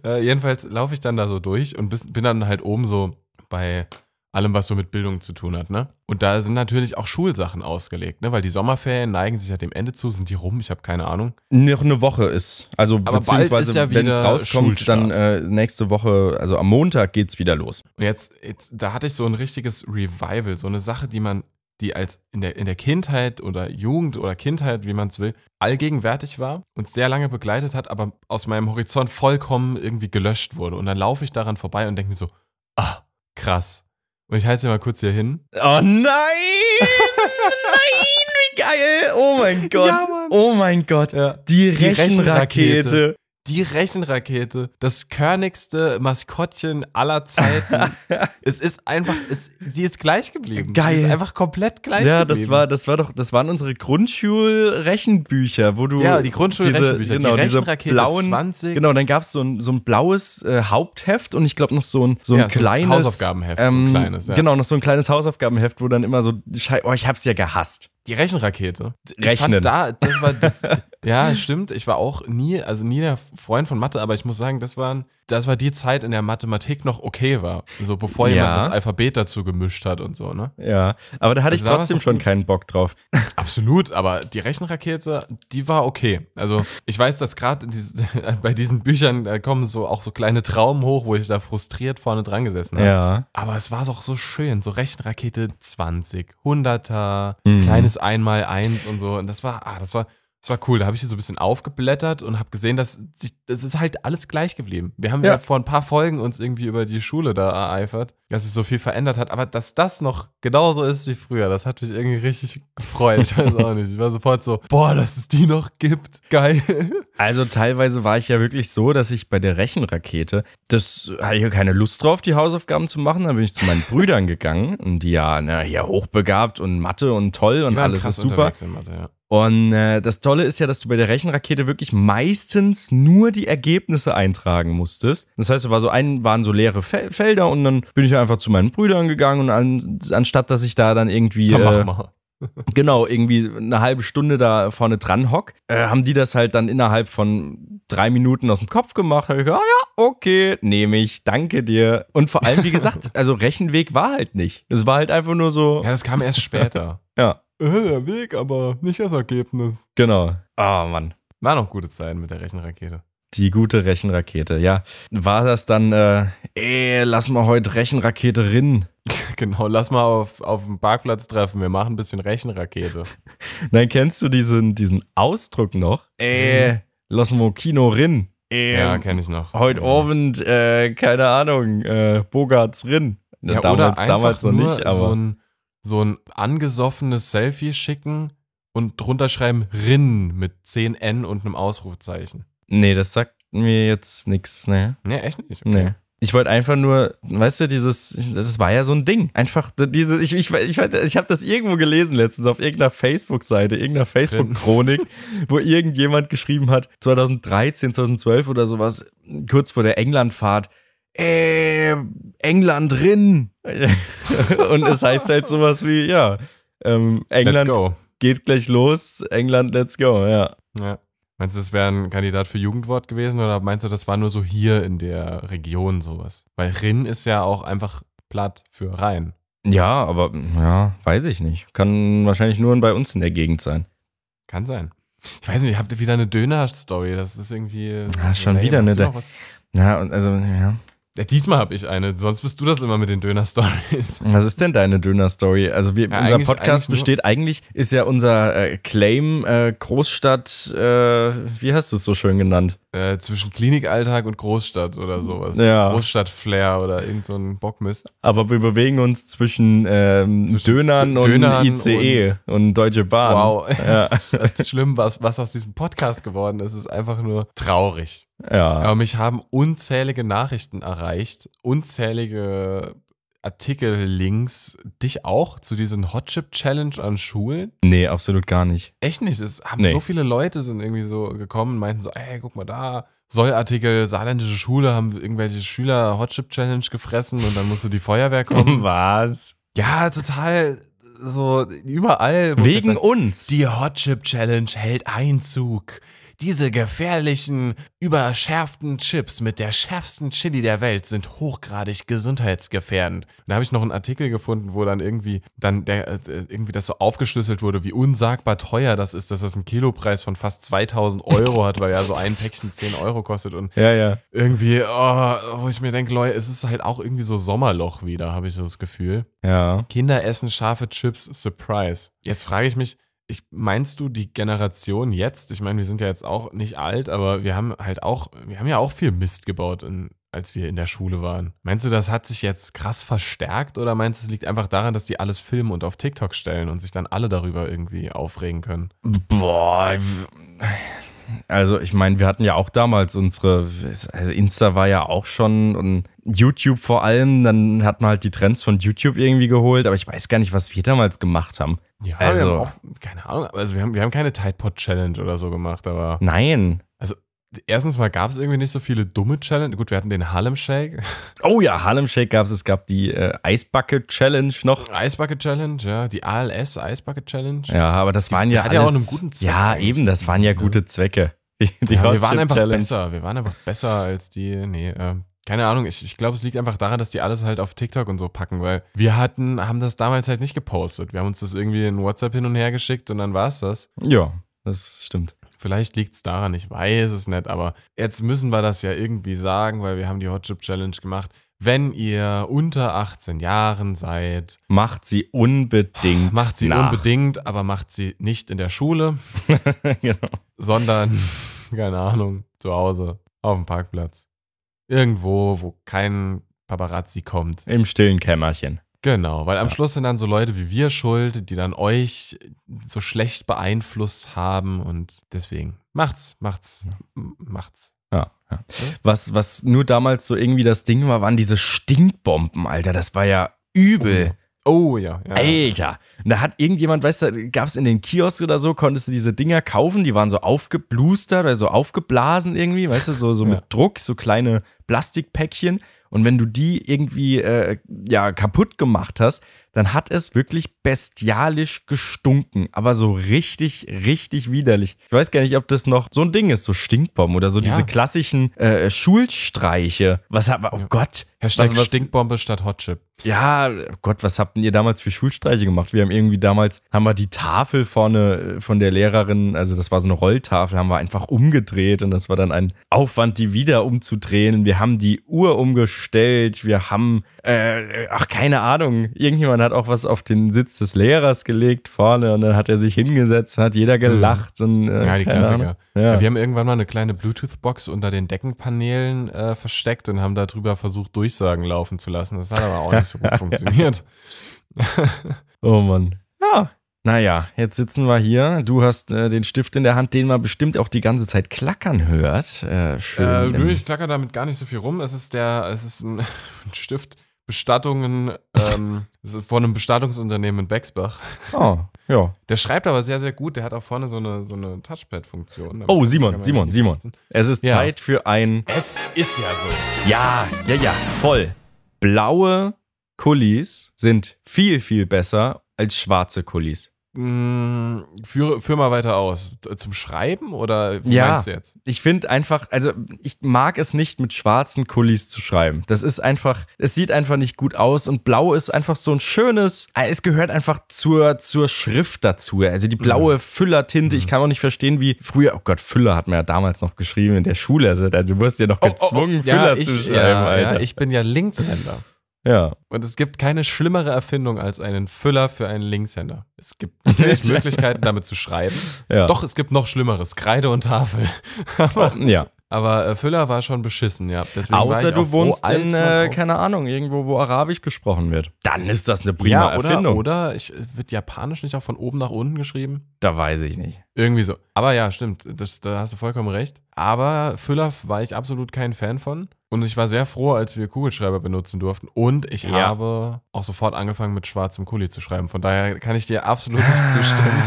Speaker 2: äh, jedenfalls laufe ich dann da so durch und bis, bin dann halt oben so bei allem, was so mit Bildung zu tun hat, ne? Und da sind natürlich auch Schulsachen ausgelegt, ne? Weil die Sommerferien neigen sich ja dem Ende zu, sind die rum, ich habe keine Ahnung.
Speaker 1: Noch eine Woche ist. Also
Speaker 2: bald
Speaker 1: beziehungsweise,
Speaker 2: ist ja
Speaker 1: wenn es
Speaker 2: wieder
Speaker 1: rauskommt, dann äh,
Speaker 2: Schulstart.
Speaker 1: nächste Woche, also am Montag geht's wieder los.
Speaker 2: Und jetzt, jetzt, da hatte ich so ein richtiges Revival, so eine Sache, die man, die als in der, in der Kindheit oder Jugend oder Kindheit, wie man es will, allgegenwärtig war und sehr lange begleitet hat, aber aus meinem Horizont vollkommen irgendwie gelöscht wurde. Und dann laufe ich daran vorbei und denke mir so, ah, krass. Und ich halte sie mal kurz hier hin.
Speaker 1: Oh nein! nein, wie geil! Oh mein Gott!
Speaker 2: Ja, Mann.
Speaker 1: oh mein Gott! Die, Rechenrakete.
Speaker 2: Rechenrakete. Die Rechenrakete, das körnigste Maskottchen aller Zeiten. es ist einfach, es, die ist gleich geblieben.
Speaker 1: Geil.
Speaker 2: Die ist einfach komplett gleich
Speaker 1: Ja,
Speaker 2: geblieben.
Speaker 1: das war, das war doch, das waren unsere Grundschulrechenbücher, wo du
Speaker 2: Ja, die Grundschulrechenbücher,
Speaker 1: diese, genau,
Speaker 2: die
Speaker 1: diese
Speaker 2: Rechenrakete
Speaker 1: blauen,
Speaker 2: 20.
Speaker 1: genau, dann gab es so ein, so ein blaues äh, Hauptheft und ich glaube noch so ein, so ein
Speaker 2: Ja, so ein
Speaker 1: kleines
Speaker 2: Hausaufgabenheft, so ein kleines, ja.
Speaker 1: genau, noch so ein kleines Hausaufgabenheft, wo dann immer so, Schei- oh, ich hab's ja gehasst.
Speaker 2: Die Rechenrakete. Ich
Speaker 1: Rechnen.
Speaker 2: fand da, das war das, ja, stimmt. Ich war auch nie, also nie der Freund von Mathe, aber ich muss sagen, das waren, das war die Zeit, in der Mathematik noch okay war. So bevor
Speaker 1: Ja.
Speaker 2: jemand das Alphabet dazu gemischt hat und so, ne?
Speaker 1: Ja, aber da hatte ich
Speaker 2: Also da war's
Speaker 1: trotzdem
Speaker 2: noch
Speaker 1: schon
Speaker 2: gut.
Speaker 1: keinen Bock drauf.
Speaker 2: Absolut, aber die Rechenrakete, die war okay. Also ich weiß, dass gerade in dieses- bei diesen Büchern äh, kommen so auch so kleine Traumen hoch, wo ich da frustriert vorne dran gesessen habe.
Speaker 1: Ja.
Speaker 2: Aber es war auch so schön, so Rechenrakete 20, 100er,
Speaker 1: Mhm.
Speaker 2: kleines einmal eins und so. Und das war, ah, das war, das war cool. Da habe ich hier so ein bisschen aufgeblättert und habe gesehen, dass sich, das ist halt alles gleich geblieben. Wir haben
Speaker 1: Ja.
Speaker 2: ja. vor ein paar Folgen uns irgendwie über die Schule da ereifert, dass sich so viel verändert hat. Aber dass das noch genauso ist wie früher, das hat mich irgendwie richtig gefreut. Ich weiß auch nicht. Ich war sofort so, boah, dass es die noch gibt. Geil.
Speaker 1: Also teilweise war ich ja wirklich so, dass ich bei der Rechenrakete, das hatte ich ja keine Lust drauf, die Hausaufgaben zu machen. Dann bin ich zu meinen Brüdern gegangen und die ja, na, hier hochbegabt und Mathe und toll und
Speaker 2: Die waren
Speaker 1: alles
Speaker 2: krass
Speaker 1: ist super.
Speaker 2: unterwegs in Mathe, ja.
Speaker 1: Und äh, das Tolle ist ja, dass du bei der Rechenrakete wirklich meistens nur die Ergebnisse eintragen musstest. Das heißt, es war so ein, waren so leere Fel Felder und dann bin ich einfach zu meinen Brüdern gegangen und an, anstatt dass ich da dann irgendwie
Speaker 2: Dann
Speaker 1: äh,
Speaker 2: mach mal.
Speaker 1: genau, irgendwie eine halbe Stunde da vorne dran hock, äh, haben die das halt dann innerhalb von drei Minuten aus dem Kopf gemacht. Hab ich gedacht, ah ja, okay, nehme ich, danke dir. Und vor allem, wie gesagt, also Rechenweg war halt nicht. Es war halt einfach nur so,
Speaker 2: Ja, das kam erst später.
Speaker 1: ja,
Speaker 2: Äh, Der Weg, aber nicht das Ergebnis.
Speaker 1: genau. Ah, Mann.
Speaker 2: War noch gute Zeiten mit der Rechenrakete.
Speaker 1: Die gute Rechenrakete, ja. War das dann, äh, ey, lass mal heute Rechenrakete rinnen?
Speaker 2: Genau, lass mal auf, auf dem Parkplatz treffen. Wir machen ein bisschen Rechenrakete.
Speaker 1: Nein, kennst du diesen, diesen Ausdruck noch? Ey, lass mal Kino rinnen. Ähm,
Speaker 2: ja, kenne ich noch.
Speaker 1: Heute
Speaker 2: Kenn ich noch.
Speaker 1: Abend, äh, keine Ahnung, äh, Bogarts Rinn.
Speaker 2: Ja,
Speaker 1: damals,
Speaker 2: oder
Speaker 1: damals noch
Speaker 2: einfach nur
Speaker 1: nicht, aber.
Speaker 2: So ein, so ein angesoffenes Selfie schicken und drunter schreiben Rinn mit 10 N und einem Ausrufezeichen.
Speaker 1: nee, das sagt mir jetzt nichts, ne?
Speaker 2: Nee, echt nicht.
Speaker 1: Nee. Ich wollte einfach nur, weißt du, dieses, das war ja so ein Ding. Einfach d- diese, ich, ich, ich, weiß- ich habe das irgendwo gelesen letztens auf irgendeiner Facebook-Seite, irgendeiner Facebook-Chronik, wo irgendjemand geschrieben hat, 2013, 2012 oder sowas, kurz vor der Englandfahrt, äh, England drin. Und es heißt halt sowas wie, ja, ähm,
Speaker 2: Let's
Speaker 1: England
Speaker 2: go.
Speaker 1: geht gleich los, England, let's go, ja.
Speaker 2: Ja. Meinst du, das wäre ein Kandidat für Jugendwort gewesen oder meinst du, das war nur so hier in der Region sowas? Weil Rinn ist ja auch einfach platt für rein.
Speaker 1: Ja, aber ja, weiß ich nicht. Kann wahrscheinlich nur bei uns in der Gegend sein.
Speaker 2: Kann sein. Ich weiß nicht, ich habe wieder eine Döner-Story. Das ist irgendwie.
Speaker 1: Ah, schon
Speaker 2: Nee,
Speaker 1: wieder
Speaker 2: hast
Speaker 1: eine
Speaker 2: du noch
Speaker 1: Dö-
Speaker 2: was?
Speaker 1: Ja, und also, ja.
Speaker 2: Ja, diesmal habe ich eine. Sonst bist du das immer mit den Döner-Stories.
Speaker 1: Was ist denn deine Döner-Story? Also, wir,
Speaker 2: Ja,
Speaker 1: unser
Speaker 2: eigentlich-
Speaker 1: Podcast
Speaker 2: eigentlich nur-
Speaker 1: besteht eigentlich, ist ja unser äh, Claim äh, Großstadt, äh, wie hast du es so schön genannt?
Speaker 2: Äh, zwischen Klinikalltag und Großstadt oder sowas.
Speaker 1: Ja.
Speaker 2: Großstadt-Flair oder irgend so ein Bockmist.
Speaker 1: Aber wir bewegen uns zwischen, ähm,
Speaker 2: Zwischen
Speaker 1: Dönern,
Speaker 2: Dö-
Speaker 1: und
Speaker 2: Dönern
Speaker 1: ICE und, Deutsche Bahn.
Speaker 2: Wow,
Speaker 1: Ja.
Speaker 2: es ist schlimm, was, was aus diesem Podcast geworden ist. Es ist einfach nur traurig.
Speaker 1: ja.
Speaker 2: Aber mich haben unzählige Nachrichten erreicht, unzählige Artikel, Links, dich auch zu diesen Hot Chip Challenge an Schulen.
Speaker 1: Nee, absolut gar nicht.
Speaker 2: Echt nicht. Es haben
Speaker 1: Nee.
Speaker 2: so viele Leute sind irgendwie so gekommen und meinten so, ey, guck mal da, Sollartikel, saarländische Schule haben irgendwelche Schüler Hot Chip Challenge gefressen und dann musste die Feuerwehr kommen.
Speaker 1: Was?
Speaker 2: ja, total so überall. wo es jetzt
Speaker 1: Wegen uns.
Speaker 2: die Hot Chip Challenge hält Einzug. Diese gefährlichen, überschärften Chips mit der schärfsten Chili der Welt sind hochgradig gesundheitsgefährdend. Und Da habe ich noch einen Artikel gefunden, wo dann irgendwie dann der, äh, irgendwie das so aufgeschlüsselt wurde, wie unsagbar teuer das ist, dass das einen Kilopreis von fast 2000 Euro hat, weil ja so ein Päckchen 10 Euro kostet und
Speaker 1: ja, ja.
Speaker 2: irgendwie, oh, wo ich mir denke, Leute, es ist halt auch irgendwie so Sommerloch wieder, habe ich so das Gefühl.
Speaker 1: Ja.
Speaker 2: Kinder essen scharfe Chips, Surprise. Jetzt frage ich mich, ich, meinst du die Generation jetzt? Ich meine, wir sind ja jetzt auch nicht alt, aber wir haben halt auch, wir haben ja auch viel Mist gebaut, in, als wir in der Schule waren. Meinst du, das hat sich jetzt krass verstärkt oder meinst du, es liegt einfach daran, dass die alles filmen und auf TikTok stellen und sich dann alle darüber irgendwie aufregen können?
Speaker 1: Boah. Also ich meine, wir hatten ja auch damals unsere, also Insta war ja auch schon und YouTube vor allem, dann hat man halt die Trends von YouTube irgendwie geholt, aber ich weiß gar nicht, was wir damals gemacht haben.
Speaker 2: Ja, also,
Speaker 1: Also-
Speaker 2: wir haben auch, keine Ahnung, also wir haben, wir haben keine Tide Pod Challenge oder so gemacht, aber
Speaker 1: Nein.
Speaker 2: erstens mal gab es irgendwie nicht so viele dumme Challenge. Gut, wir hatten den Harlem Shake,
Speaker 1: Oh ja, Harlem Shake gab es, es gab die äh, Eisbucket Challenge noch.
Speaker 2: Eisbucket Challenge, ja, die ALS Eisbucket Challenge.
Speaker 1: Ja, aber das waren ja
Speaker 2: hat ja
Speaker 1: alles,
Speaker 2: auch einen guten Zweck
Speaker 1: Ja,
Speaker 2: eigentlich. ne?
Speaker 1: eben, das waren ja gute Zwecke. Die, die
Speaker 2: ja, wir
Speaker 1: Hot
Speaker 2: waren
Speaker 1: Chip
Speaker 2: einfach
Speaker 1: Challenge.
Speaker 2: besser. Wir waren einfach besser als die. Nee, ähm, keine Ahnung. Ich, ich glaube, es liegt einfach daran, dass die alles halt auf TikTok und so packen, weil wir hatten, haben das damals halt nicht gepostet. Wir haben uns das irgendwie in WhatsApp hin und her geschickt und dann war es das.
Speaker 1: Ja, das stimmt.
Speaker 2: Vielleicht liegt es daran, ich weiß es nicht, aber jetzt müssen wir das ja irgendwie sagen, weil wir haben die Hot Chip Challenge gemacht. Wenn ihr unter 18 Jahren seid,
Speaker 1: Macht sie unbedingt.
Speaker 2: macht sie
Speaker 1: nach.
Speaker 2: unbedingt, aber macht sie nicht in der Schule,
Speaker 1: genau.
Speaker 2: sondern, keine Ahnung, zu Hause, auf dem Parkplatz. Irgendwo, wo kein Paparazzi kommt.
Speaker 1: Im stillen Kämmerchen.
Speaker 2: Genau, weil am Schluss sind dann so Leute wie wir schuld, die dann euch so schlecht beeinflusst haben und deswegen macht's, macht's, m- macht's.
Speaker 1: Ja, ja. Was, was nur damals so irgendwie das Ding war, waren diese Stinkbomben, Alter. Das war ja übel.
Speaker 2: Oh ja, ja.
Speaker 1: Alter. Und da hat irgendjemand, weißt du, gab es in den Kiosk oder so, konntest du diese Dinger kaufen, die waren so aufgeblustert oder so aufgeblasen irgendwie, weißt du, so, so mit
Speaker 2: Ja.
Speaker 1: Druck, so kleine Plastikpäckchen. Und wenn du die irgendwie äh, ja, kaputt gemacht hast, dann hat es wirklich bestialisch gestunken. Aber so richtig, richtig widerlich. Ich weiß gar nicht, ob das noch so ein Ding ist, so Stinkbomben oder so
Speaker 2: Ja.
Speaker 1: diese klassischen äh, Schulstreiche. Was aber, oh Gott.
Speaker 2: Hashtag
Speaker 1: was, was,
Speaker 2: Stinkbombe statt Hot Chip.
Speaker 1: ja, oh Gott, was habt denn ihr damals für Schulstreiche gemacht? Wir haben irgendwie damals, haben wir die Tafel vorne äh, von der Lehrerin, also das war so eine Rolltafel, haben wir einfach umgedreht und das war dann ein Aufwand, die wieder umzudrehen. Wir haben die Uhr umgestellt, wir haben, äh, ach keine Ahnung, irgendjemand hat hat auch was auf den Sitz des Lehrers gelegt vorne und dann hat er sich hingesetzt, hat jeder gelacht und äh,
Speaker 2: Mhm. Ja, die
Speaker 1: keine Ahnung.
Speaker 2: Klassiker.
Speaker 1: Ja.
Speaker 2: Wir haben irgendwann mal eine kleine Bluetooth-Box unter den Deckenpaneelen äh, versteckt und haben darüber versucht, Durchsagen laufen zu lassen. Das hat aber auch nicht so gut funktioniert.
Speaker 1: Oh Mann. Ja. Naja, jetzt sitzen wir hier. Du hast äh, den Stift in der Hand, den man bestimmt auch die ganze Zeit klackern hört. Äh, schön.
Speaker 2: Äh,
Speaker 1: im-
Speaker 2: nö, ich klacker damit gar nicht so viel rum. Es ist der, es ist ein, ein Stift Bestattungen ähm, es ist von einem Bestattungsunternehmen in Bexbach.
Speaker 1: oh, ja.
Speaker 2: Der schreibt aber sehr, sehr gut. Der hat auch vorne so eine, so eine Touchpad-Funktion.
Speaker 1: Oh, Simon, Simon, Simon. Es ist
Speaker 2: Ja.
Speaker 1: Zeit für ein.
Speaker 2: Es ist ja so.
Speaker 1: Ja, ja, ja, voll. Blaue Kulis sind viel, viel besser als schwarze Kulis.
Speaker 2: Mm, Führe, führ mal weiter aus. T- Zum Schreiben oder wie
Speaker 1: Ja.
Speaker 2: meinst du jetzt?
Speaker 1: Ich finde einfach, also ich mag es nicht, mit schwarzen Kulis zu schreiben. Das ist einfach, es sieht einfach nicht gut aus und blau ist einfach so ein schönes, äh, es gehört einfach zur, zur Schrift dazu. Also die blaue
Speaker 2: Mhm.
Speaker 1: Füllertinte, ich kann auch nicht verstehen, wie früher, oh Gott, Füller hat man ja damals noch geschrieben in der Schule. Also da, du wirst ja noch gezwungen, Füller
Speaker 2: Oh, ja, ich,
Speaker 1: zu schreiben,
Speaker 2: ja, Ja,
Speaker 1: Alter.
Speaker 2: ich bin ja Linkshänder.
Speaker 1: ja.
Speaker 2: Und es gibt keine schlimmere Erfindung als einen Füller für einen Linkshänder. Es gibt natürlich Möglichkeiten, damit zu schreiben.
Speaker 1: Ja.
Speaker 2: Doch, es gibt noch Schlimmeres. Kreide und Tafel.
Speaker 1: ja.
Speaker 2: Aber äh, Füller war schon beschissen, ja. Deswegen war
Speaker 1: Außer
Speaker 2: ich auch
Speaker 1: du wohnst
Speaker 2: froh, als
Speaker 1: in,
Speaker 2: man
Speaker 1: äh,
Speaker 2: auf-
Speaker 1: keine Ahnung, irgendwo, wo Arabisch gesprochen wird. Dann ist das eine prima
Speaker 2: ja, oder,
Speaker 1: Erfindung.
Speaker 2: oder ich, äh, wird Japanisch nicht auch von oben nach unten geschrieben?
Speaker 1: Da weiß ich nicht.
Speaker 2: Irgendwie so. Aber ja, stimmt, das, da hast du vollkommen recht. Aber Füller war ich absolut kein Fan von. Und ich war sehr froh, als wir Kugelschreiber benutzen durften. Und ich
Speaker 1: Ja.
Speaker 2: habe auch sofort angefangen, mit schwarzem Kuli zu schreiben. Von daher kann ich dir absolut nicht zustimmen.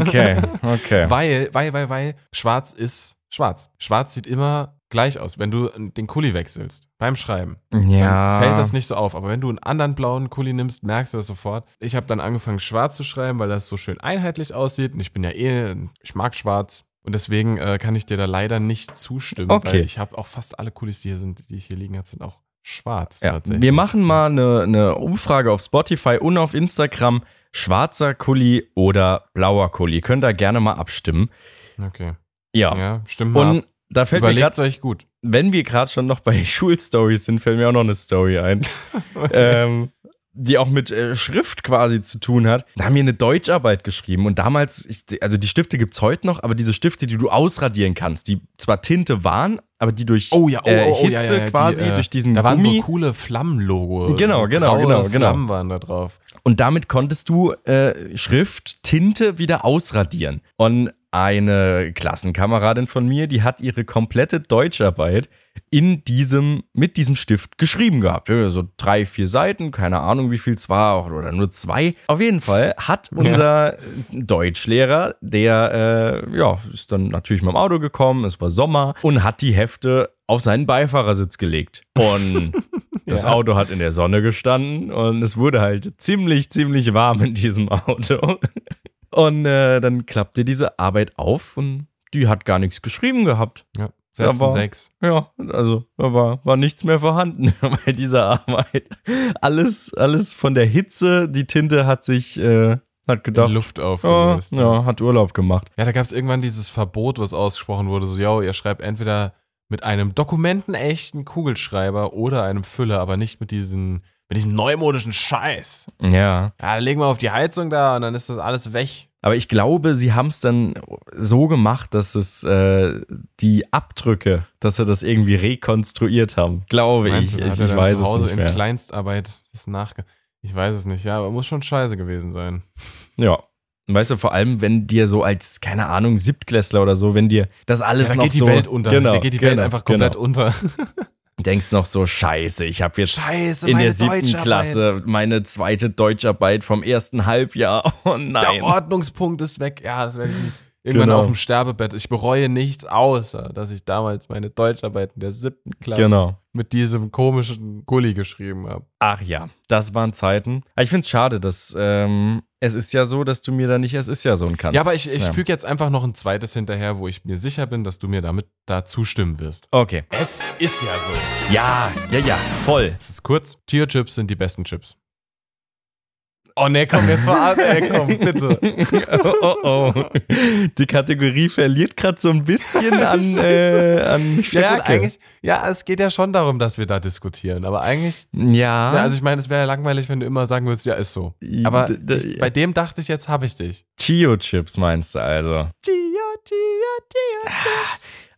Speaker 1: Okay, okay.
Speaker 2: Weil, weil, weil, weil, schwarz ist schwarz. Schwarz sieht immer gleich aus, wenn du den Kuli wechselst beim Schreiben.
Speaker 1: ja.
Speaker 2: Dann fällt das nicht so auf. Aber wenn du einen anderen blauen Kuli nimmst, merkst du das sofort. Ich habe dann angefangen, schwarz zu schreiben, weil das so schön einheitlich aussieht. Und ich bin ja eh, ich mag schwarz. Und deswegen äh, kann ich dir da leider nicht zustimmen,
Speaker 1: Okay.
Speaker 2: weil ich habe auch fast alle Kulis, die hier sind, die ich hier liegen habe, sind auch schwarz
Speaker 1: Ja,
Speaker 2: tatsächlich.
Speaker 1: Wir machen mal eine, eine Umfrage auf Spotify und auf Instagram. Schwarzer Kuli oder blauer Kuli. Könnt ihr gerne mal abstimmen.
Speaker 2: okay.
Speaker 1: Ja.
Speaker 2: Ja, stimmt mal.
Speaker 1: und
Speaker 2: ab.
Speaker 1: da fällt mir
Speaker 2: Überlegt
Speaker 1: gerade,
Speaker 2: euch gut.
Speaker 1: wenn wir gerade schon noch bei Schulstories sind, fällt mir auch noch eine Story ein. ähm, die auch mit äh, Schrift quasi zu tun hat. Da haben wir eine Deutscharbeit geschrieben und damals, ich, also die Stifte gibt's heute noch, aber diese Stifte, die du ausradieren kannst, die zwar Tinte waren, aber die durch
Speaker 2: Oh
Speaker 1: äh, Hitze quasi,
Speaker 2: die, äh,
Speaker 1: durch diesen
Speaker 2: Da waren
Speaker 1: Gummi,
Speaker 2: so coole Flammenlogo.
Speaker 1: Genau,
Speaker 2: so
Speaker 1: genau,
Speaker 2: graue
Speaker 1: genau, genau.
Speaker 2: Flammen waren da drauf.
Speaker 1: Und damit konntest du äh, Schrift, Tinte wieder ausradieren. Und eine Klassenkameradin von mir, die hat ihre komplette Deutscharbeit in diesem, mit diesem Stift geschrieben gehabt. Ja, So drei, vier Seiten, keine Ahnung, wie viel es war oder nur zwei. Auf jeden Fall hat unser äh, Deutschlehrer, der, äh, ja, ist dann natürlich mit dem Auto gekommen, es war Sommer und hat die Hefte auf seinen Beifahrersitz gelegt. Und das
Speaker 2: Ja.
Speaker 1: Auto hat in der Sonne gestanden und es wurde halt ziemlich, ziemlich warm in diesem Auto. Und äh, dann klappte diese Arbeit auf und die hat gar nichts geschrieben gehabt.
Speaker 2: Ja,
Speaker 1: Da
Speaker 2: Setzen
Speaker 1: war-
Speaker 2: sechs.
Speaker 1: Ja, also da war, war nichts mehr vorhanden bei dieser Arbeit. Alles, alles von der Hitze, die Tinte hat sich, äh, hat
Speaker 2: Die
Speaker 1: gedacht, oh,
Speaker 2: Luft
Speaker 1: ja,
Speaker 2: aufgelöst.
Speaker 1: ja, hat Urlaub gemacht.
Speaker 2: Ja, da gab es irgendwann dieses Verbot, was ausgesprochen wurde, so, yo, ihr schreibt entweder mit einem dokumentenechten Kugelschreiber oder einem Füller, aber nicht mit, diesen, mit diesem neumodischen Scheiß.
Speaker 1: Ja.
Speaker 2: Ja, dann legen wir auf die Heizung da und dann ist das alles weg.
Speaker 1: Aber ich glaube, sie haben es dann so gemacht, dass es äh, die Abdrücke, dass sie das irgendwie rekonstruiert haben. Glaube
Speaker 2: Meinst
Speaker 1: ich.
Speaker 2: du, hat
Speaker 1: Ich,
Speaker 2: er
Speaker 1: ich
Speaker 2: dann
Speaker 1: weiß
Speaker 2: zu Hause
Speaker 1: es nicht
Speaker 2: in
Speaker 1: mehr.
Speaker 2: Kleinstarbeit das nachge... Ich weiß es nicht, ja, aber muss schon scheiße gewesen sein.
Speaker 1: Ja. Und Weißt du, vor allem, wenn dir so als, keine Ahnung, Siebtklässler oder so, wenn dir das alles
Speaker 2: Ja, da
Speaker 1: noch
Speaker 2: geht die
Speaker 1: so...
Speaker 2: Welt unter.
Speaker 1: Genau,
Speaker 2: da geht die
Speaker 1: genau,
Speaker 2: Welt einfach komplett
Speaker 1: genau.
Speaker 2: unter.
Speaker 1: Denkst noch so, scheiße, ich habe jetzt
Speaker 2: Scheiße,
Speaker 1: in
Speaker 2: meine
Speaker 1: der siebten
Speaker 2: Deutscharbeit.
Speaker 1: Klasse meine zweite Deutscharbeit vom ersten Halbjahr. Oh nein.
Speaker 2: Der Ordnungspunkt ist weg. Ja, das werde ich nie- irgendwann
Speaker 1: Genau.
Speaker 2: auf dem Sterbebett. Ich bereue nichts, außer dass ich damals meine Deutscharbeit in der siebten Klasse
Speaker 1: Genau.
Speaker 2: mit diesem komischen Gulli geschrieben habe.
Speaker 1: Ach ja, das waren Zeiten. Aber ich finde es schade, dass ähm, es ist ja so, dass du mir da nicht es ist ja so ein kannst.
Speaker 2: Ja, aber ich, ich
Speaker 1: Ja.
Speaker 2: füge jetzt einfach noch ein zweites hinterher, wo ich mir sicher bin, dass du mir damit da zustimmen wirst.
Speaker 1: Okay.
Speaker 2: Es ist ja so.
Speaker 1: Ja, ja, ja, voll.
Speaker 2: Es ist kurz. Tierchips sind die besten Chips. Oh nee, komm, jetzt verarschen. Ey, komm, bitte.
Speaker 1: Oh, oh, oh. Die Kategorie verliert gerade so ein bisschen an, äh, an
Speaker 2: Ja, gut,
Speaker 1: Stärke.
Speaker 2: eigentlich, ja, es geht ja schon darum, dass wir da diskutieren. Aber eigentlich,
Speaker 1: Ja,
Speaker 2: na, also ich meine, es wäre ja langweilig, wenn du immer sagen würdest, ja, ist so. Aber
Speaker 1: D- d-
Speaker 2: ich, bei dem dachte ich, jetzt habe ich dich.
Speaker 1: Chio-Chips meinst du also?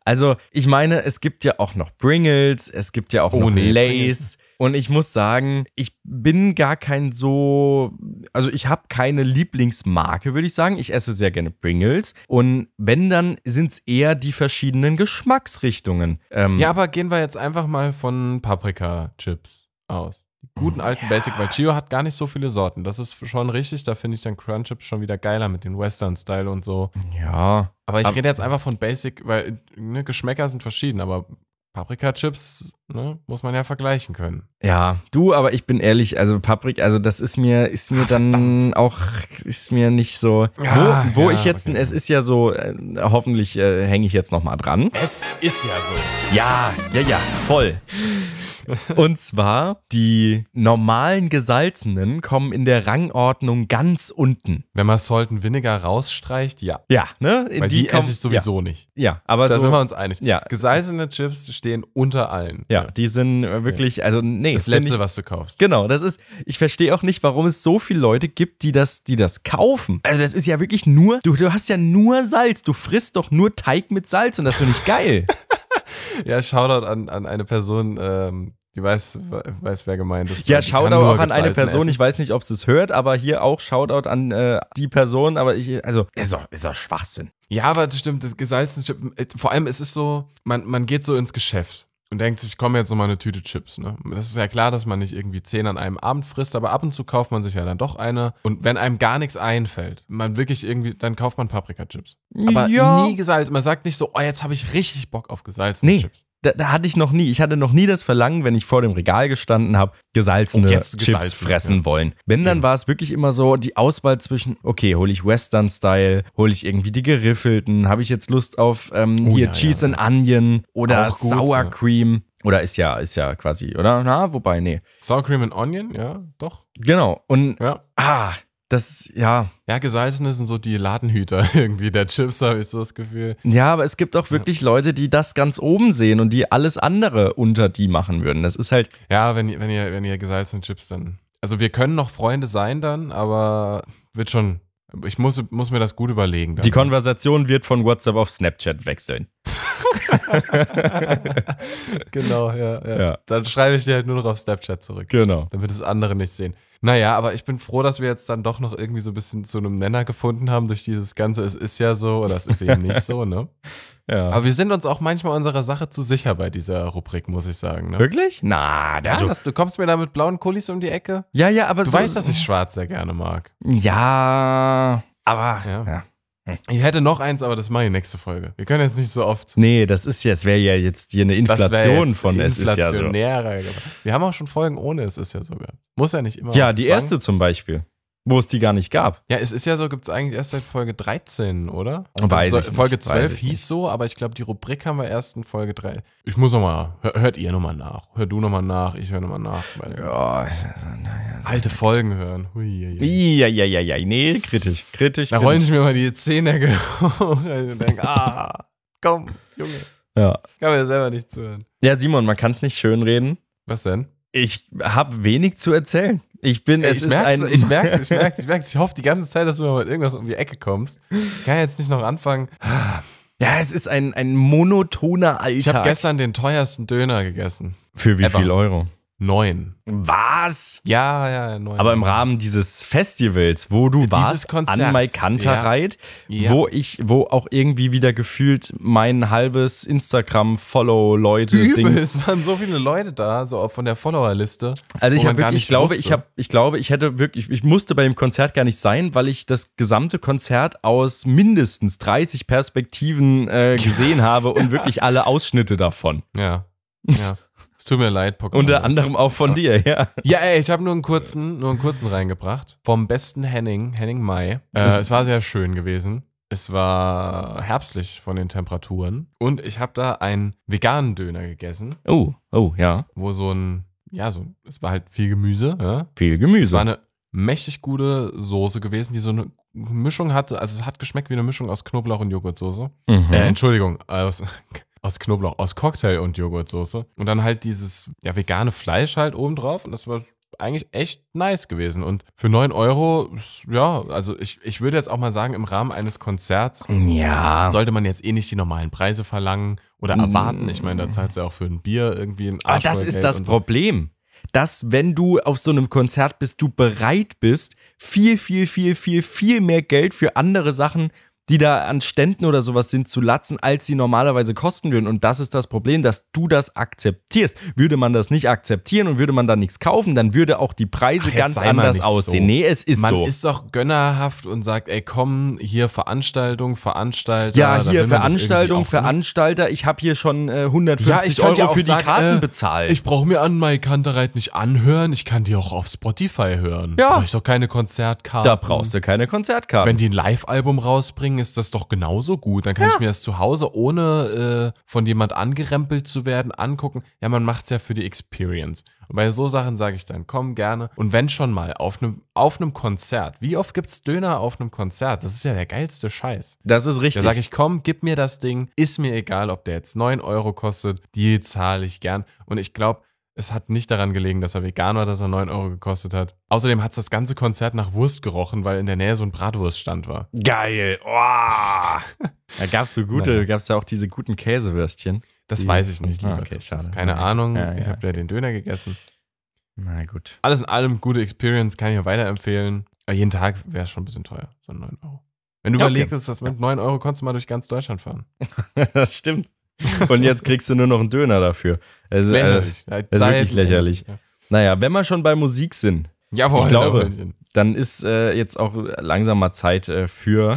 Speaker 1: Also, ich meine, es gibt ja auch noch Pringles, es gibt ja auch
Speaker 2: Oh,
Speaker 1: noch
Speaker 2: nee,
Speaker 1: Lays. Und ich muss sagen, ich bin gar kein so, also ich habe keine Lieblingsmarke, würde ich sagen. Ich esse sehr gerne Pringles. Und wenn, dann sind es eher die verschiedenen Geschmacksrichtungen. Ähm,
Speaker 2: Ja, aber gehen wir jetzt einfach mal von Paprika-Chips aus. Die Guten alten Basic, weil Chio hat gar nicht so viele Sorten. Das ist schon richtig. Da finde ich dann Crunchips schon wieder geiler mit dem Western-Style und so.
Speaker 1: ja.
Speaker 2: Aber ich rede jetzt einfach von Basic, weil ne, Geschmäcker sind verschieden, aber Paprika-Chips ne, muss man ja vergleichen können.
Speaker 1: Ja, du, aber ich bin ehrlich, also Paprik, also das ist mir, ist mir dann auch, ist mir nicht so.
Speaker 2: Ja,
Speaker 1: wo wo
Speaker 2: ja,
Speaker 1: ich jetzt,
Speaker 2: okay.
Speaker 1: es ist ja so, äh, hoffentlich äh, hänge ich jetzt nochmal dran.
Speaker 2: Es ist ja so.
Speaker 1: Ja, ja, ja, voll. Und zwar, die normalen Gesalzenen kommen in der Rangordnung ganz unten.
Speaker 2: Wenn man Salt and Vinegar rausstreicht, ja.
Speaker 1: Ja, ne?
Speaker 2: Weil die,
Speaker 1: kommen-
Speaker 2: esse ich sowieso nicht.
Speaker 1: Ja, ja aber
Speaker 2: Da
Speaker 1: Also so,
Speaker 2: sind wir uns einig.
Speaker 1: ja.
Speaker 2: Gesalzene Chips stehen unter allen.
Speaker 1: ja, die sind äh, wirklich, also nee.
Speaker 2: Das
Speaker 1: finde ich-
Speaker 2: letzte, was du kaufst.
Speaker 1: Genau, das ist, ich verstehe auch nicht, warum es so viele Leute gibt, die das, die das kaufen. Also das ist ja wirklich nur, du, du hast ja nur Salz, du frisst doch nur Teig mit Salz und das finde ich geil.
Speaker 2: Ja, Shoutout an, an eine Person, ähm, die weiß, weiß, wer gemeint ist.
Speaker 1: ja,
Speaker 2: Die kann
Speaker 1: Shoutout
Speaker 2: nur
Speaker 1: auch an eine
Speaker 2: gesalzen
Speaker 1: Person,
Speaker 2: essen.
Speaker 1: ich weiß nicht, ob sie es hört, aber hier auch Shoutout an äh, die Person, aber ich, also, ist doch, ist doch Schwachsinn.
Speaker 2: Ja, aber das stimmt, das gesalzene Chip, äh, vor allem es ist so, man, man geht so ins Geschäft und denkt sich, komm jetzt nochmal eine Tüte Chips, ne? Das ist ja klar, dass man nicht irgendwie zehn an einem Abend frisst, aber ab und zu kauft man sich ja dann doch eine und wenn einem gar nichts einfällt, man wirklich irgendwie, dann kauft man Paprika-Chips. Aber
Speaker 1: Ja.
Speaker 2: nie gesalzen, man sagt nicht so, oh, jetzt habe ich richtig Bock auf gesalzene
Speaker 1: Nee,
Speaker 2: Chips.
Speaker 1: da, da hatte ich noch nie, ich hatte noch nie das Verlangen, wenn ich vor dem Regal gestanden habe, gesalzene
Speaker 2: Oh, jetzt
Speaker 1: Chips
Speaker 2: gesalzen,
Speaker 1: fressen
Speaker 2: ja.
Speaker 1: wollen. Wenn, dann war es wirklich immer so die Auswahl zwischen, okay, hole ich Western-Style, hole ich irgendwie die geriffelten, habe ich jetzt Lust auf ähm,
Speaker 2: Oh,
Speaker 1: hier
Speaker 2: ja,
Speaker 1: Cheese
Speaker 2: ja.
Speaker 1: and Onion oder
Speaker 2: Auch gut,
Speaker 1: Sour
Speaker 2: ja.
Speaker 1: Cream oder ist ja, ist ja quasi, oder? Na, wobei, nee.
Speaker 2: Sour Cream and Onion, ja, doch,
Speaker 1: Genau. Und,
Speaker 2: ja.
Speaker 1: ah, das, ja,
Speaker 2: Ja, gesalzene sind so die Ladenhüter irgendwie der Chips, habe ich so das Gefühl.
Speaker 1: Ja, aber es gibt auch wirklich Leute, die das ganz oben sehen und die alles andere unter die machen würden. Das ist halt,
Speaker 2: Ja, wenn, ihr- wenn, ihr, wenn ihr gesalzene Chips dann. Also wir können noch Freunde sein dann, aber wird schon. Ich muss, muss mir das gut überlegen. Dann.
Speaker 1: die Konversation wird von WhatsApp auf Snapchat wechseln.
Speaker 2: genau, ja, ja.
Speaker 1: Ja.
Speaker 2: Dann schreibe ich dir halt nur noch auf Snapchat zurück.
Speaker 1: Genau.
Speaker 2: Damit es andere nicht sehen. Naja, aber ich bin froh, dass wir jetzt dann doch noch irgendwie so ein bisschen zu einem Nenner gefunden haben durch dieses Ganze, es ist ja so oder es ist eben nicht so, ne?
Speaker 1: Ja.
Speaker 2: Aber wir sind uns auch manchmal unserer Sache zu sicher bei dieser Rubrik, muss ich sagen. Ne?
Speaker 1: Wirklich? Na, da,
Speaker 2: Ja,
Speaker 1: also,
Speaker 2: dass, du kommst mir da mit blauen Kulis um die Ecke.
Speaker 1: ja, ja, aber
Speaker 2: Du weißt, dass ich schwarz sehr gerne mag.
Speaker 1: Ja, aber
Speaker 2: Ja.
Speaker 1: ja.
Speaker 2: Ich hätte noch eins, aber das mache ich nächste Folge. Wir können jetzt nicht so oft.
Speaker 1: nee, das ist ja, es wäre ja jetzt hier eine
Speaker 2: Das wär
Speaker 1: Inflation
Speaker 2: jetzt
Speaker 1: von es ist ja so.
Speaker 2: inflationärer geworden. Wir haben auch schon Folgen ohne es ist ja so gehabt. Muss ja nicht immer.
Speaker 1: Ja,
Speaker 2: auf
Speaker 1: die
Speaker 2: Zwang.
Speaker 1: erste zum Beispiel, wo es die gar nicht gab.
Speaker 2: Ja, es ist ja so, gibt es eigentlich erst seit Folge 13, oder?
Speaker 1: Weiß
Speaker 2: Das ist
Speaker 1: ich nicht,
Speaker 2: Folge
Speaker 1: weiß
Speaker 2: 12
Speaker 1: ich
Speaker 2: hieß
Speaker 1: nicht.
Speaker 2: so, aber ich glaube, die Rubrik haben wir erst in Folge 3. Ich muss nochmal, hört ihr nochmal nach. Hör du nochmal nach, ich höre nochmal nach. Weil
Speaker 1: Ja,
Speaker 2: Alte Folgen hören. Hui, hui, hui.
Speaker 1: ja, ja, ja, ja, nee, kritisch, kritisch.
Speaker 2: Da rollen
Speaker 1: kritisch.
Speaker 2: sich mir mal die Zähne hoch und denke, ah, komm, Junge.
Speaker 1: Ja.
Speaker 2: Kann mir selber nicht zuhören.
Speaker 1: ja, Simon, man kann es nicht schönreden.
Speaker 2: Was denn?
Speaker 1: Ich habe wenig zu erzählen. Ich bin, es
Speaker 2: ich,
Speaker 1: ist
Speaker 2: merk's,
Speaker 1: ein,
Speaker 2: ich merk's, ich merk's, ich merk's. Ich hoffe die ganze Zeit, dass du mir mit irgendwas um die Ecke kommst. Ich kann jetzt nicht noch anfangen.
Speaker 1: ja, es ist ein, ein monotoner Alltag.
Speaker 2: Ich habe gestern den teuersten Döner gegessen.
Speaker 1: Für wie
Speaker 2: Ever.
Speaker 1: viel Euro?
Speaker 2: Neun.
Speaker 1: Was?
Speaker 2: Ja, ja, neun.
Speaker 1: Aber im Rahmen dieses Festivals, wo du warst,
Speaker 2: Konzerts,
Speaker 1: an Maikantereit,
Speaker 2: Ja.
Speaker 1: wo ich, wo auch irgendwie wieder gefühlt mein halbes
Speaker 2: Übel,
Speaker 1: Instagram-Follow-Leute-Dings.
Speaker 2: es waren so viele Leute da, so auch von der Followerliste.
Speaker 1: Also ich
Speaker 2: wo
Speaker 1: habe
Speaker 2: man gar
Speaker 1: wirklich,
Speaker 2: nicht
Speaker 1: ich glaube,
Speaker 2: wusste.
Speaker 1: ich habe, ich glaube, ich hätte wirklich, ich musste bei dem Konzert gar nicht sein, weil ich das gesamte Konzert aus mindestens 30 Perspektiven äh, gesehen habe und wirklich alle Ausschnitte davon.
Speaker 2: Ja. ja. Es tut mir leid, Pokémon.
Speaker 1: Unter anderem auch von dir, ja.
Speaker 2: Ja, ey, ich habe nur einen kurzen, nur einen kurzen reingebracht. Vom besten Henning, Henning Mai. Äh, es war sehr schön gewesen. Es war herbstlich von den Temperaturen. Und ich habe da einen veganen Döner gegessen,
Speaker 1: Oh, oh, ja.
Speaker 2: wo so ein, ja, so, es war halt viel Gemüse. Ja?
Speaker 1: Viel
Speaker 2: Es war
Speaker 1: Gemüse.
Speaker 2: eine mächtig gute Soße gewesen, die so eine Mischung hatte. Also es hat geschmeckt wie eine Mischung aus Knoblauch und Joghurtsoße.
Speaker 1: Mhm.
Speaker 2: Äh, Entschuldigung, aus, aus Knoblauch, aus Cocktail und Joghurtsoße. Und dann halt dieses ja, vegane Fleisch halt obendrauf. Und das war eigentlich echt nice gewesen. Und für 9 Euro, ist- ja, also ich, ich würde jetzt auch mal sagen, im Rahmen eines Konzerts
Speaker 1: ja.
Speaker 2: sollte man jetzt eh nicht die normalen Preise verlangen oder erwarten. Ich meine, da zahlst du ja auch für ein Bier irgendwie ein
Speaker 1: Aber Mhm. Ah, das ist das Problem. Dass, wenn du auf so einem Konzert bist, du bereit bist, viel, viel, viel, viel, viel mehr Geld für andere Sachen, die da an Ständen oder sowas sind, zu latzen, als sie normalerweise kosten würden. Und das ist das Problem, dass du das akzeptierst. Würde man das nicht akzeptieren und würde man da nichts kaufen, dann würde auch die Preise
Speaker 2: jetzt
Speaker 1: ganz
Speaker 2: sei mal
Speaker 1: anders
Speaker 2: nicht
Speaker 1: aussehen.
Speaker 2: so.
Speaker 1: Nee, es ist
Speaker 2: Man
Speaker 1: so.
Speaker 2: ist doch gönnerhaft und sagt, ey, komm, hier Veranstaltung, Veranstalter.
Speaker 1: ja,
Speaker 2: da will
Speaker 1: hier
Speaker 2: man doch
Speaker 1: Veranstaltung,
Speaker 2: irgendwie auch-
Speaker 1: Veranstalter. Ich habe hier schon äh, 150
Speaker 2: Ja, ich
Speaker 1: Euro
Speaker 2: könnte ja auch
Speaker 1: für die
Speaker 2: sagen,
Speaker 1: Karten
Speaker 2: äh,
Speaker 1: bezahlt.
Speaker 2: Ich brauche mir an My Kantereit nicht anhören, ich kann die auch auf Spotify hören.
Speaker 1: Ja.
Speaker 2: Brauche ich doch keine Konzertkarte.
Speaker 1: da brauchst du keine Konzertkarte.
Speaker 2: Wenn die ein Live-Album rausbringen, ist das doch genauso gut. Dann kann ich mir das zu Hause, ohne äh, von jemand angerempelt zu werden, angucken. Ja, man macht's ja für die Experience. Und bei so Sachen sage ich dann, komm gerne. Und wenn schon mal, auf einem auf einem Konzert. Wie oft gibt's Döner auf einem Konzert? Das ist ja der geilste Scheiß.
Speaker 1: das ist
Speaker 2: Da
Speaker 1: richtig.
Speaker 2: sage ich, komm, gib mir das Ding. Ist mir egal, ob der jetzt 9 Euro kostet. Die zahle ich gern. Und ich glaube, es hat nicht daran gelegen, dass er vegan war, dass er 9 Euro gekostet hat. Außerdem hat's das ganze Konzert nach Wurst gerochen, weil in der Nähe so ein Bratwurststand war.
Speaker 1: Geil. Oh. Da gab es so gute,
Speaker 2: Naja.
Speaker 1: gab es ja auch diese guten Käsewürstchen.
Speaker 2: Das
Speaker 1: Die-
Speaker 2: weiß ich nicht,
Speaker 1: Ah,
Speaker 2: lieber
Speaker 1: okay,
Speaker 2: Christoph.
Speaker 1: schade.
Speaker 2: Keine
Speaker 1: Ja,
Speaker 2: Ahnung,
Speaker 1: ja,
Speaker 2: ich
Speaker 1: ja.
Speaker 2: habe ja den Döner gegessen.
Speaker 1: Na gut.
Speaker 2: Alles in allem gute Experience, kann ich nur weiterempfehlen. Aber jeden Tag wäre schon ein bisschen teuer, so 9 Euro. Wenn du
Speaker 1: Okay.
Speaker 2: überlegst, dass mit 9 Euro konntest du mal durch ganz Deutschland fahren.
Speaker 1: das stimmt. Und jetzt kriegst du nur noch einen Döner dafür. Also, äh,
Speaker 2: Das
Speaker 1: ist wirklich lächerlich. naja, wenn wir schon bei Musik sind,
Speaker 2: Jawohl,
Speaker 1: Ich glaube.
Speaker 2: Däumchen.
Speaker 1: dann ist äh, jetzt auch langsam mal Zeit äh, für.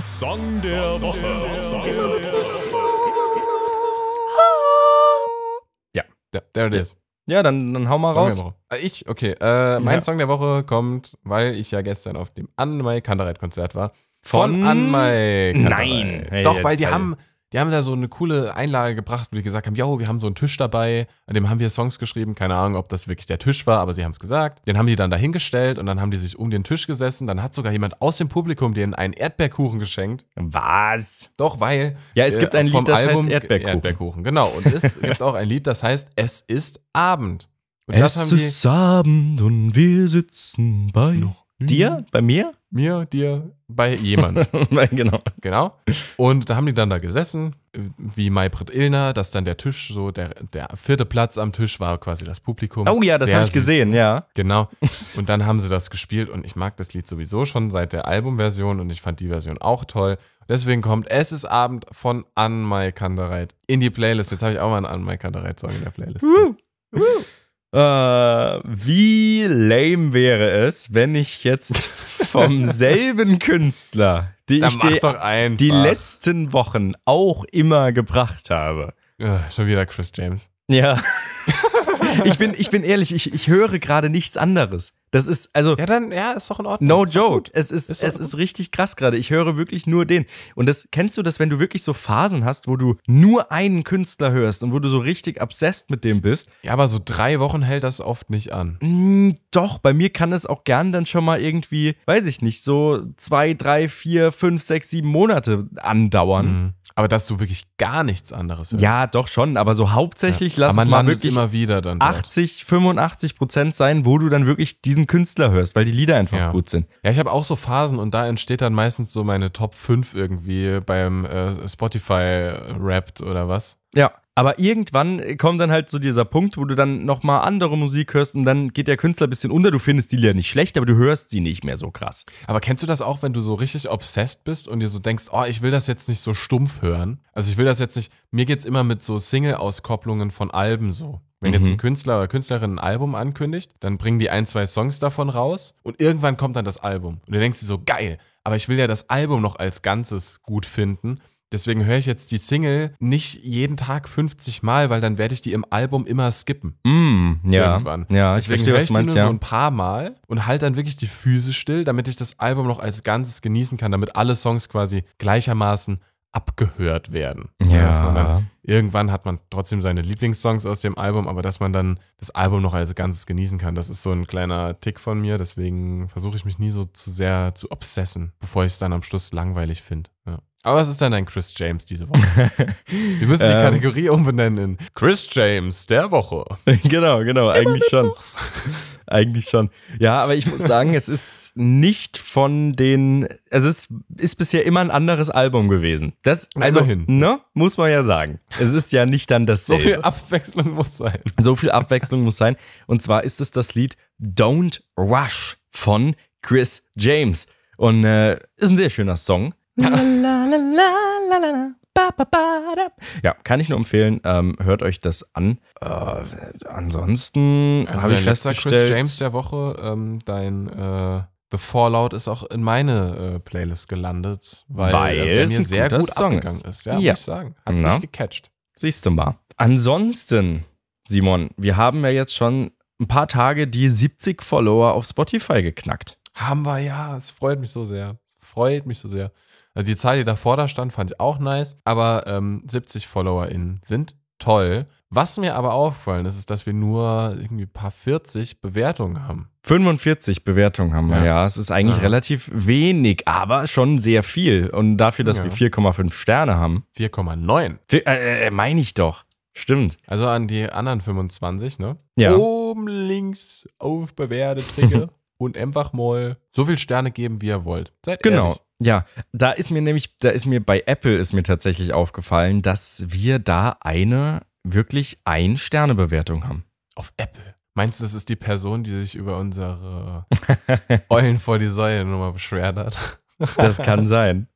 Speaker 2: Ja, there it is.
Speaker 1: Ja, dann, dann hau mal
Speaker 2: Song
Speaker 1: raus.
Speaker 2: der Woche. Ah, Ich, okay. Äh, mein
Speaker 1: Ja.
Speaker 2: Song der Woche kommt, weil ich ja gestern auf dem Anmai Kandereit Konzert war.
Speaker 1: Von-
Speaker 2: Anmai
Speaker 1: Nein.
Speaker 2: Kandereit.
Speaker 1: Hey,
Speaker 2: Doch, weil die
Speaker 1: jetzt, halt.
Speaker 2: haben, die haben da so eine coole Einlage gebracht, wo die gesagt haben, yo, wir haben so einen Tisch dabei, an dem haben wir Songs geschrieben. Keine Ahnung, ob das wirklich der Tisch war, aber sie haben es gesagt. Den haben die dann dahingestellt und dann haben die sich um den Tisch gesessen. Dann hat sogar jemand aus dem Publikum denen einen Erdbeerkuchen geschenkt.
Speaker 1: Was?
Speaker 2: Doch, weil. äh,
Speaker 1: Ja, es gibt ein
Speaker 2: vom
Speaker 1: Lied, das heißt Erdbeerkuchen.
Speaker 2: Erdbeerkuchen, genau. Und es gibt auch ein Lied, das heißt Es ist Abend. Und
Speaker 1: Abend und wir sitzen bei dir, bei mir.
Speaker 2: mir, dir, bei jemand.
Speaker 1: genau.
Speaker 2: genau. Und da haben die dann da gesessen, wie Maybrit Illner, dass dann der Tisch so, der, der vierte Platz am Tisch war quasi das Publikum.
Speaker 1: Oh ja, das
Speaker 2: Sehr
Speaker 1: habe ich
Speaker 2: süß.
Speaker 1: gesehen. Ja.
Speaker 2: Genau. Und dann haben sie das gespielt und ich mag das Lied sowieso schon seit der Albumversion und ich fand die Version auch toll. Deswegen kommt Es ist Abend von Anmai Kandereit in die Playlist. Jetzt habe ich auch mal einen Anmai Kandereit-Song in der Playlist. drin.
Speaker 1: Äh, wie lame wäre es, wenn ich jetzt vom selben Künstler, die
Speaker 2: Dann
Speaker 1: ich
Speaker 2: mach
Speaker 1: die,
Speaker 2: doch ein.
Speaker 1: die letzten Wochen auch immer gebracht habe.
Speaker 2: Schon wieder Chris James.
Speaker 1: Ja. ich, bin, ich bin ehrlich, ich, ich höre gerade nichts anderes. Das ist, also,
Speaker 2: Ja, dann, ja, ist doch in Ordnung.
Speaker 1: no joke. Es ist,
Speaker 2: Ist doch
Speaker 1: es ist richtig krass gerade. Ich höre wirklich nur den. Und das kennst du das, wenn du wirklich so Phasen hast, wo du nur einen Künstler hörst und wo du so richtig obsessed mit dem bist?
Speaker 2: Ja, aber so drei Wochen hält das oft nicht an.
Speaker 1: Mm, Doch, bei mir kann es auch gern dann schon mal irgendwie, weiß ich nicht, so zwei, drei, vier, fünf, sechs, sieben Monate andauern.
Speaker 2: Mhm. Aber dass du wirklich gar nichts anderes hörst.
Speaker 1: Ja, doch schon, aber so hauptsächlich lass
Speaker 2: aber
Speaker 1: es
Speaker 2: man
Speaker 1: mal
Speaker 2: landet
Speaker 1: wirklich
Speaker 2: immer wieder dann dort.
Speaker 1: 80, 85 Prozent sein, wo du dann wirklich diesen Künstler hörst, weil die Lieder einfach
Speaker 2: Ja.
Speaker 1: gut sind.
Speaker 2: Ja, ich habe auch so Phasen und da entsteht dann meistens so meine Top 5 irgendwie beim äh, Spotify Rapped oder was.
Speaker 1: Ja. Aber irgendwann äh, kommt dann halt so dieser Punkt, wo du dann nochmal andere Musik hörst und dann geht der Künstler ein bisschen unter. Du findest die Lieder nicht schlecht, aber du hörst sie nicht mehr so krass.
Speaker 2: Aber kennst du das auch, wenn du so richtig obsessed bist und dir so denkst, oh, ich will das jetzt nicht so stumpf hören? Also ich will das jetzt nicht, mir geht's immer mit so Single-Auskopplungen von Alben so. Wenn jetzt ein Künstler oder Künstlerin ein Album ankündigt, dann bringen die ein, zwei Songs davon raus und irgendwann kommt dann das Album. Und du denkst dir so, geil, aber ich will ja das Album noch als Ganzes gut finden. Deswegen höre ich jetzt die Single nicht jeden Tag 50 Mal, weil dann werde ich die im Album immer skippen
Speaker 1: Mm, ja.
Speaker 2: irgendwann.
Speaker 1: Ja, ich
Speaker 2: Deswegen
Speaker 1: verstehe,
Speaker 2: höre
Speaker 1: was du meinst,
Speaker 2: die nur
Speaker 1: ja.
Speaker 2: so ein paar Mal und halt dann wirklich die Füße still, damit ich das Album noch als Ganzes genießen kann, damit alle Songs quasi gleichermaßen abgehört werden. Dass man dann,
Speaker 1: Ja.
Speaker 2: irgendwann hat man trotzdem seine Lieblingssongs aus dem Album, aber dass man dann das Album noch als Ganzes genießen kann, das ist so ein kleiner Tick von mir. Deswegen versuche ich mich nie so zu sehr zu obsessen, bevor ich es dann am Schluss langweilig finde. Ja. Aber was ist dann ein Chris James diese Woche? Wir müssen die
Speaker 1: Ähm.
Speaker 2: Kategorie umbenennen in Chris James der Woche.
Speaker 1: genau, genau, eigentlich schon. Eigentlich schon. Ja, aber ich muss sagen, es ist nicht von den. also Es ist, ist bisher immer ein anderes Album gewesen. Das, also,
Speaker 2: Immerhin.
Speaker 1: ne, muss man ja sagen. Es ist ja nicht dann
Speaker 2: So
Speaker 1: dasselbe.
Speaker 2: viel Abwechslung muss sein.
Speaker 1: So viel Abwechslung muss sein. Und zwar ist es das Lied Don't Rush von Chris James. Und äh, ist ein sehr schöner Song. Ja, kann ich nur empfehlen. Ähm, hört euch das an. Äh, ansonsten
Speaker 2: Also
Speaker 1: habe ich
Speaker 2: dein letzter
Speaker 1: festgestellt.
Speaker 2: Chris James der Woche, ähm, dein äh, The Fallout ist auch in meine äh, Playlist gelandet, weil,
Speaker 1: Weil
Speaker 2: äh, bei
Speaker 1: es
Speaker 2: mir
Speaker 1: ein
Speaker 2: sehr
Speaker 1: guter
Speaker 2: gut
Speaker 1: Song
Speaker 2: abgegangen
Speaker 1: ist.
Speaker 2: ist. Ja,
Speaker 1: Ja.
Speaker 2: muss ich sagen. Hat
Speaker 1: Na?
Speaker 2: mich gecatcht.
Speaker 1: Siehst du mal. Ansonsten, Simon, wir haben ja jetzt schon ein paar Tage die 70 Follower auf Spotify geknackt.
Speaker 2: Haben wir ja, es freut mich so sehr. Freut mich so sehr. Also die Zahl, die davor da stand, fand ich auch nice, aber ähm, 70 FollowerInnen sind toll. Was mir aber aufgefallen ist, ist, dass wir nur irgendwie ein paar 40 Bewertungen haben.
Speaker 1: 45 Bewertungen haben wir, ja.
Speaker 2: Ja.
Speaker 1: Es ist eigentlich
Speaker 2: Ja.
Speaker 1: relativ wenig, aber schon sehr viel. Und dafür, dass
Speaker 2: Ja.
Speaker 1: wir 4,5 Sterne haben,
Speaker 2: 4,9.
Speaker 1: Für- äh, äh, meine ich doch. Stimmt.
Speaker 2: Also an die anderen 25, ne?
Speaker 1: Ja.
Speaker 2: Oben links auf bewährte Trigger und einfach mal so viel Sterne geben, wie ihr wollt. Seid
Speaker 1: Genau.
Speaker 2: ehrlich.
Speaker 1: Ja, da ist mir nämlich, da ist mir bei Apple ist mir tatsächlich aufgefallen, dass wir da eine wirklich ein Sterne Bewertung haben.
Speaker 2: Auf Apple. Meinst du, das ist die Person, die sich über unsere Eulen vor die Säule Nummer beschwert hat?
Speaker 1: Das kann sein.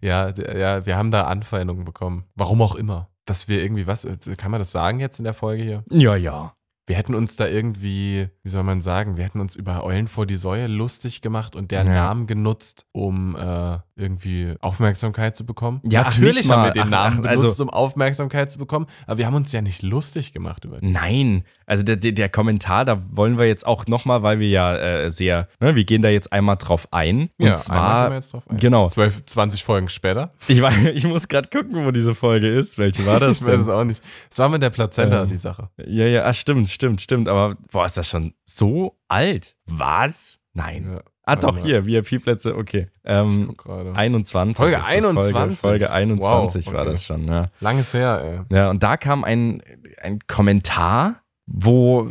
Speaker 2: ja, d- ja, wir haben da Anfeindungen bekommen. Warum auch immer. Dass wir irgendwie was, äh, kann man das sagen jetzt in der Folge hier?
Speaker 1: Ja, ja.
Speaker 2: Wir hätten uns da irgendwie, wie soll man sagen, wir hätten uns über Eulen vor die Säue lustig gemacht und deren
Speaker 1: Ja.
Speaker 2: Namen genutzt, um äh, irgendwie Aufmerksamkeit zu bekommen.
Speaker 1: Ja, ach,
Speaker 2: natürlich
Speaker 1: nicht
Speaker 2: haben
Speaker 1: mal.
Speaker 2: wir den
Speaker 1: Ach,
Speaker 2: Namen
Speaker 1: ach, also-
Speaker 2: benutzt, um Aufmerksamkeit zu bekommen, aber wir haben uns ja nicht lustig gemacht über die.
Speaker 1: Nein, also der, der, der Kommentar, da wollen wir jetzt auch nochmal, weil wir ja äh, sehr, ne, wir gehen da jetzt einmal drauf ein. Und
Speaker 2: Ja, einmal
Speaker 1: zwar,
Speaker 2: gehen wir jetzt drauf ein.
Speaker 1: genau,
Speaker 2: 12, 20 Folgen später.
Speaker 1: ich, war, ich muss gerade gucken, wo diese Folge ist. Welche war das
Speaker 2: ich weiß es
Speaker 1: denn?
Speaker 2: auch nicht. Es war mit der Plazenta
Speaker 1: Ähm.
Speaker 2: die Sache.
Speaker 1: Ja, ja, ah, stimmt, stimmt, stimmt. Aber, boah, ist das schon so alt? Was? Nein.
Speaker 2: Ja,
Speaker 1: ah, doch,
Speaker 2: aber-
Speaker 1: hier, VIP-Plätze, okay.
Speaker 2: ich
Speaker 1: Ähm,
Speaker 2: guck gerade.
Speaker 1: 21.
Speaker 2: Folge
Speaker 1: ist das
Speaker 2: 21.
Speaker 1: Folge, Folge 21
Speaker 2: Wow,
Speaker 1: war
Speaker 2: okay.
Speaker 1: das schon, ja.
Speaker 2: Langes her, ey.
Speaker 1: Ja, Ne, und da kam ein, ein Kommentar, wo,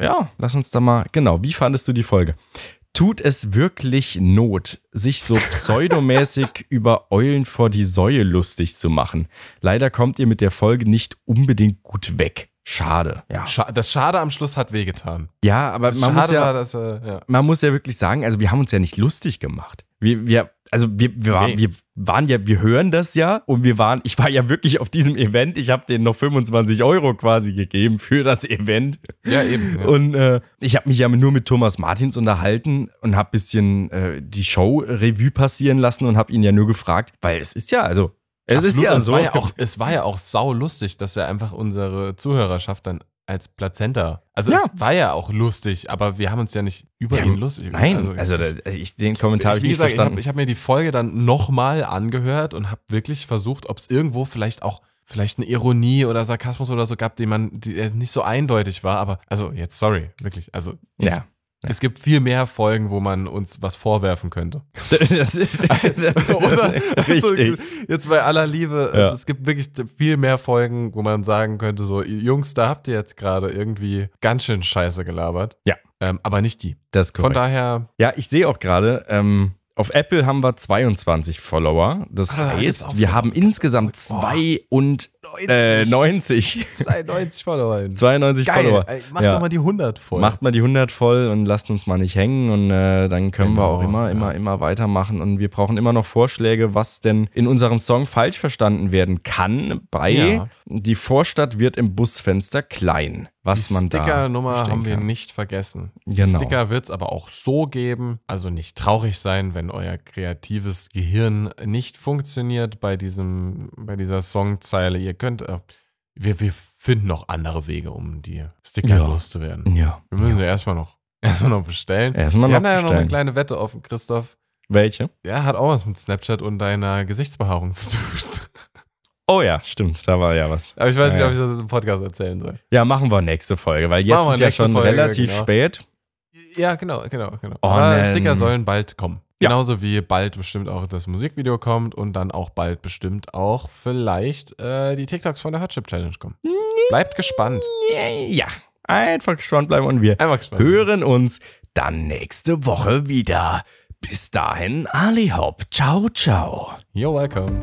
Speaker 1: ja, lass uns da mal, genau, wie fandest du die Folge? Tut es wirklich Not, sich so pseudomäßig über Eulen vor die Säue lustig zu machen? Leider kommt ihr mit der Folge nicht unbedingt gut weg. Schade. Ja,
Speaker 2: Scha das Schade am Schluss hat wehgetan.
Speaker 1: ja aber
Speaker 2: Das
Speaker 1: man muss
Speaker 2: Schade
Speaker 1: ja,
Speaker 2: war, dass er, ja.
Speaker 1: man muss ja wirklich sagen, also wir haben uns ja nicht lustig gemacht. Wir, wir also wir, wir, waren,
Speaker 2: Nee.
Speaker 1: wir waren ja, wir hören das ja und wir waren, ich war ja wirklich auf diesem Event, ich habe denen noch 25 Euro quasi gegeben für das Event.
Speaker 2: Ja, eben. Ja.
Speaker 1: Und äh, ich habe mich ja nur mit Thomas Martins unterhalten und habe bisschen äh, die Show Revue passieren lassen und habe ihn ja nur gefragt, weil es ist ja, also es ist
Speaker 2: Absolut,
Speaker 1: ja
Speaker 2: und es
Speaker 1: so.
Speaker 2: War ja auch, es war ja auch sau lustig, dass er einfach unsere Zuhörerschaft dann als Plazenta. Also
Speaker 1: Ja.
Speaker 2: es war ja auch lustig, aber wir haben uns ja nicht über
Speaker 1: Ja,
Speaker 2: ihn lustig.
Speaker 1: Nein, also,
Speaker 2: ich,
Speaker 1: da- ich, den Kommentar habe ich
Speaker 2: ich, wie
Speaker 1: nicht
Speaker 2: gesagt, ich
Speaker 1: verstanden.
Speaker 2: habe hab mir die Folge dann nochmal angehört und habe wirklich versucht, ob es irgendwo vielleicht auch vielleicht eine Ironie oder Sarkasmus oder so gab, die man die äh, nicht so eindeutig war. Aber also jetzt sorry, wirklich. Also ich,
Speaker 1: ja.
Speaker 2: es gibt viel mehr Folgen, wo man uns was vorwerfen könnte.
Speaker 1: Das ist, das ist
Speaker 2: Oder?
Speaker 1: richtig.
Speaker 2: Also, jetzt bei aller Liebe, also
Speaker 1: Ja.
Speaker 2: es gibt wirklich viel mehr Folgen, wo man sagen könnte, so, Jungs, da habt ihr jetzt gerade irgendwie ganz schön scheiße gelabert.
Speaker 1: Ja.
Speaker 2: Ähm, aber nicht die.
Speaker 1: Das ist
Speaker 2: Von
Speaker 1: korrekt.
Speaker 2: daher,
Speaker 1: Ja, ich sehe auch gerade, ähm, auf Apple haben wir 22 Follower. Das
Speaker 2: Ah, das ist
Speaker 1: heißt,
Speaker 2: auch
Speaker 1: wir
Speaker 2: voll-
Speaker 1: haben insgesamt
Speaker 2: Boah.
Speaker 1: 92 äh, 90,
Speaker 2: 92 Follower.
Speaker 1: 92
Speaker 2: Geil,
Speaker 1: Follower.
Speaker 2: ey, macht
Speaker 1: Ja.
Speaker 2: doch mal die 100 voll.
Speaker 1: Macht mal die 100 voll und lasst uns mal nicht hängen und äh, dann können wir
Speaker 2: Genau,
Speaker 1: auch immer,
Speaker 2: ja.
Speaker 1: immer, immer weitermachen und wir brauchen immer noch Vorschläge, was denn in unserem Song falsch verstanden werden kann bei
Speaker 2: Ja.
Speaker 1: Die Vorstadt wird im Busfenster klein. Was
Speaker 2: die
Speaker 1: man da
Speaker 2: Stickernummer
Speaker 1: verstehen
Speaker 2: haben wir
Speaker 1: kann.
Speaker 2: nicht vergessen.
Speaker 1: Genau.
Speaker 2: Die Sticker wird es aber auch so geben. Also nicht traurig sein, wenn euer kreatives Gehirn nicht funktioniert bei diesem, bei dieser Songzeile. Ihr könnt, äh, wir, wir finden noch andere Wege, um die Sticker
Speaker 1: Ja.
Speaker 2: loszuwerden.
Speaker 1: Ja.
Speaker 2: Wir müssen sie erstmal noch, erstmal noch bestellen.
Speaker 1: Erstmal
Speaker 2: wir
Speaker 1: noch
Speaker 2: haben da ja noch eine
Speaker 1: bestellen.
Speaker 2: kleine Wette offen, Christoph.
Speaker 1: Welche?
Speaker 2: Ja, hat auch was mit Snapchat und deiner Gesichtsbehaarung zu tun.
Speaker 1: Oh ja, stimmt, da war ja was.
Speaker 2: Aber ich weiß
Speaker 1: Ja,
Speaker 2: nicht, ob ich das im Podcast erzählen soll.
Speaker 1: Ja, machen wir nächste Folge, weil
Speaker 2: Machen
Speaker 1: jetzt
Speaker 2: wir
Speaker 1: ist ja
Speaker 2: nächste
Speaker 1: schon
Speaker 2: Folge,
Speaker 1: relativ
Speaker 2: genau.
Speaker 1: spät.
Speaker 2: Ja, genau, genau, genau.
Speaker 1: Oh,
Speaker 2: Aber
Speaker 1: man.
Speaker 2: Sticker sollen bald kommen.
Speaker 1: Ja.
Speaker 2: Genauso wie bald bestimmt auch das Musikvideo kommt und dann auch bald bestimmt auch vielleicht äh, die TikToks von der Hotchip Challenge kommen. Bleibt gespannt.
Speaker 1: Ja, einfach gespannt bleiben und wir
Speaker 2: Einfach gespannt.
Speaker 1: hören uns dann nächste Woche wieder. Bis dahin, Ali Hopp. Ciao, ciao.
Speaker 2: You're welcome.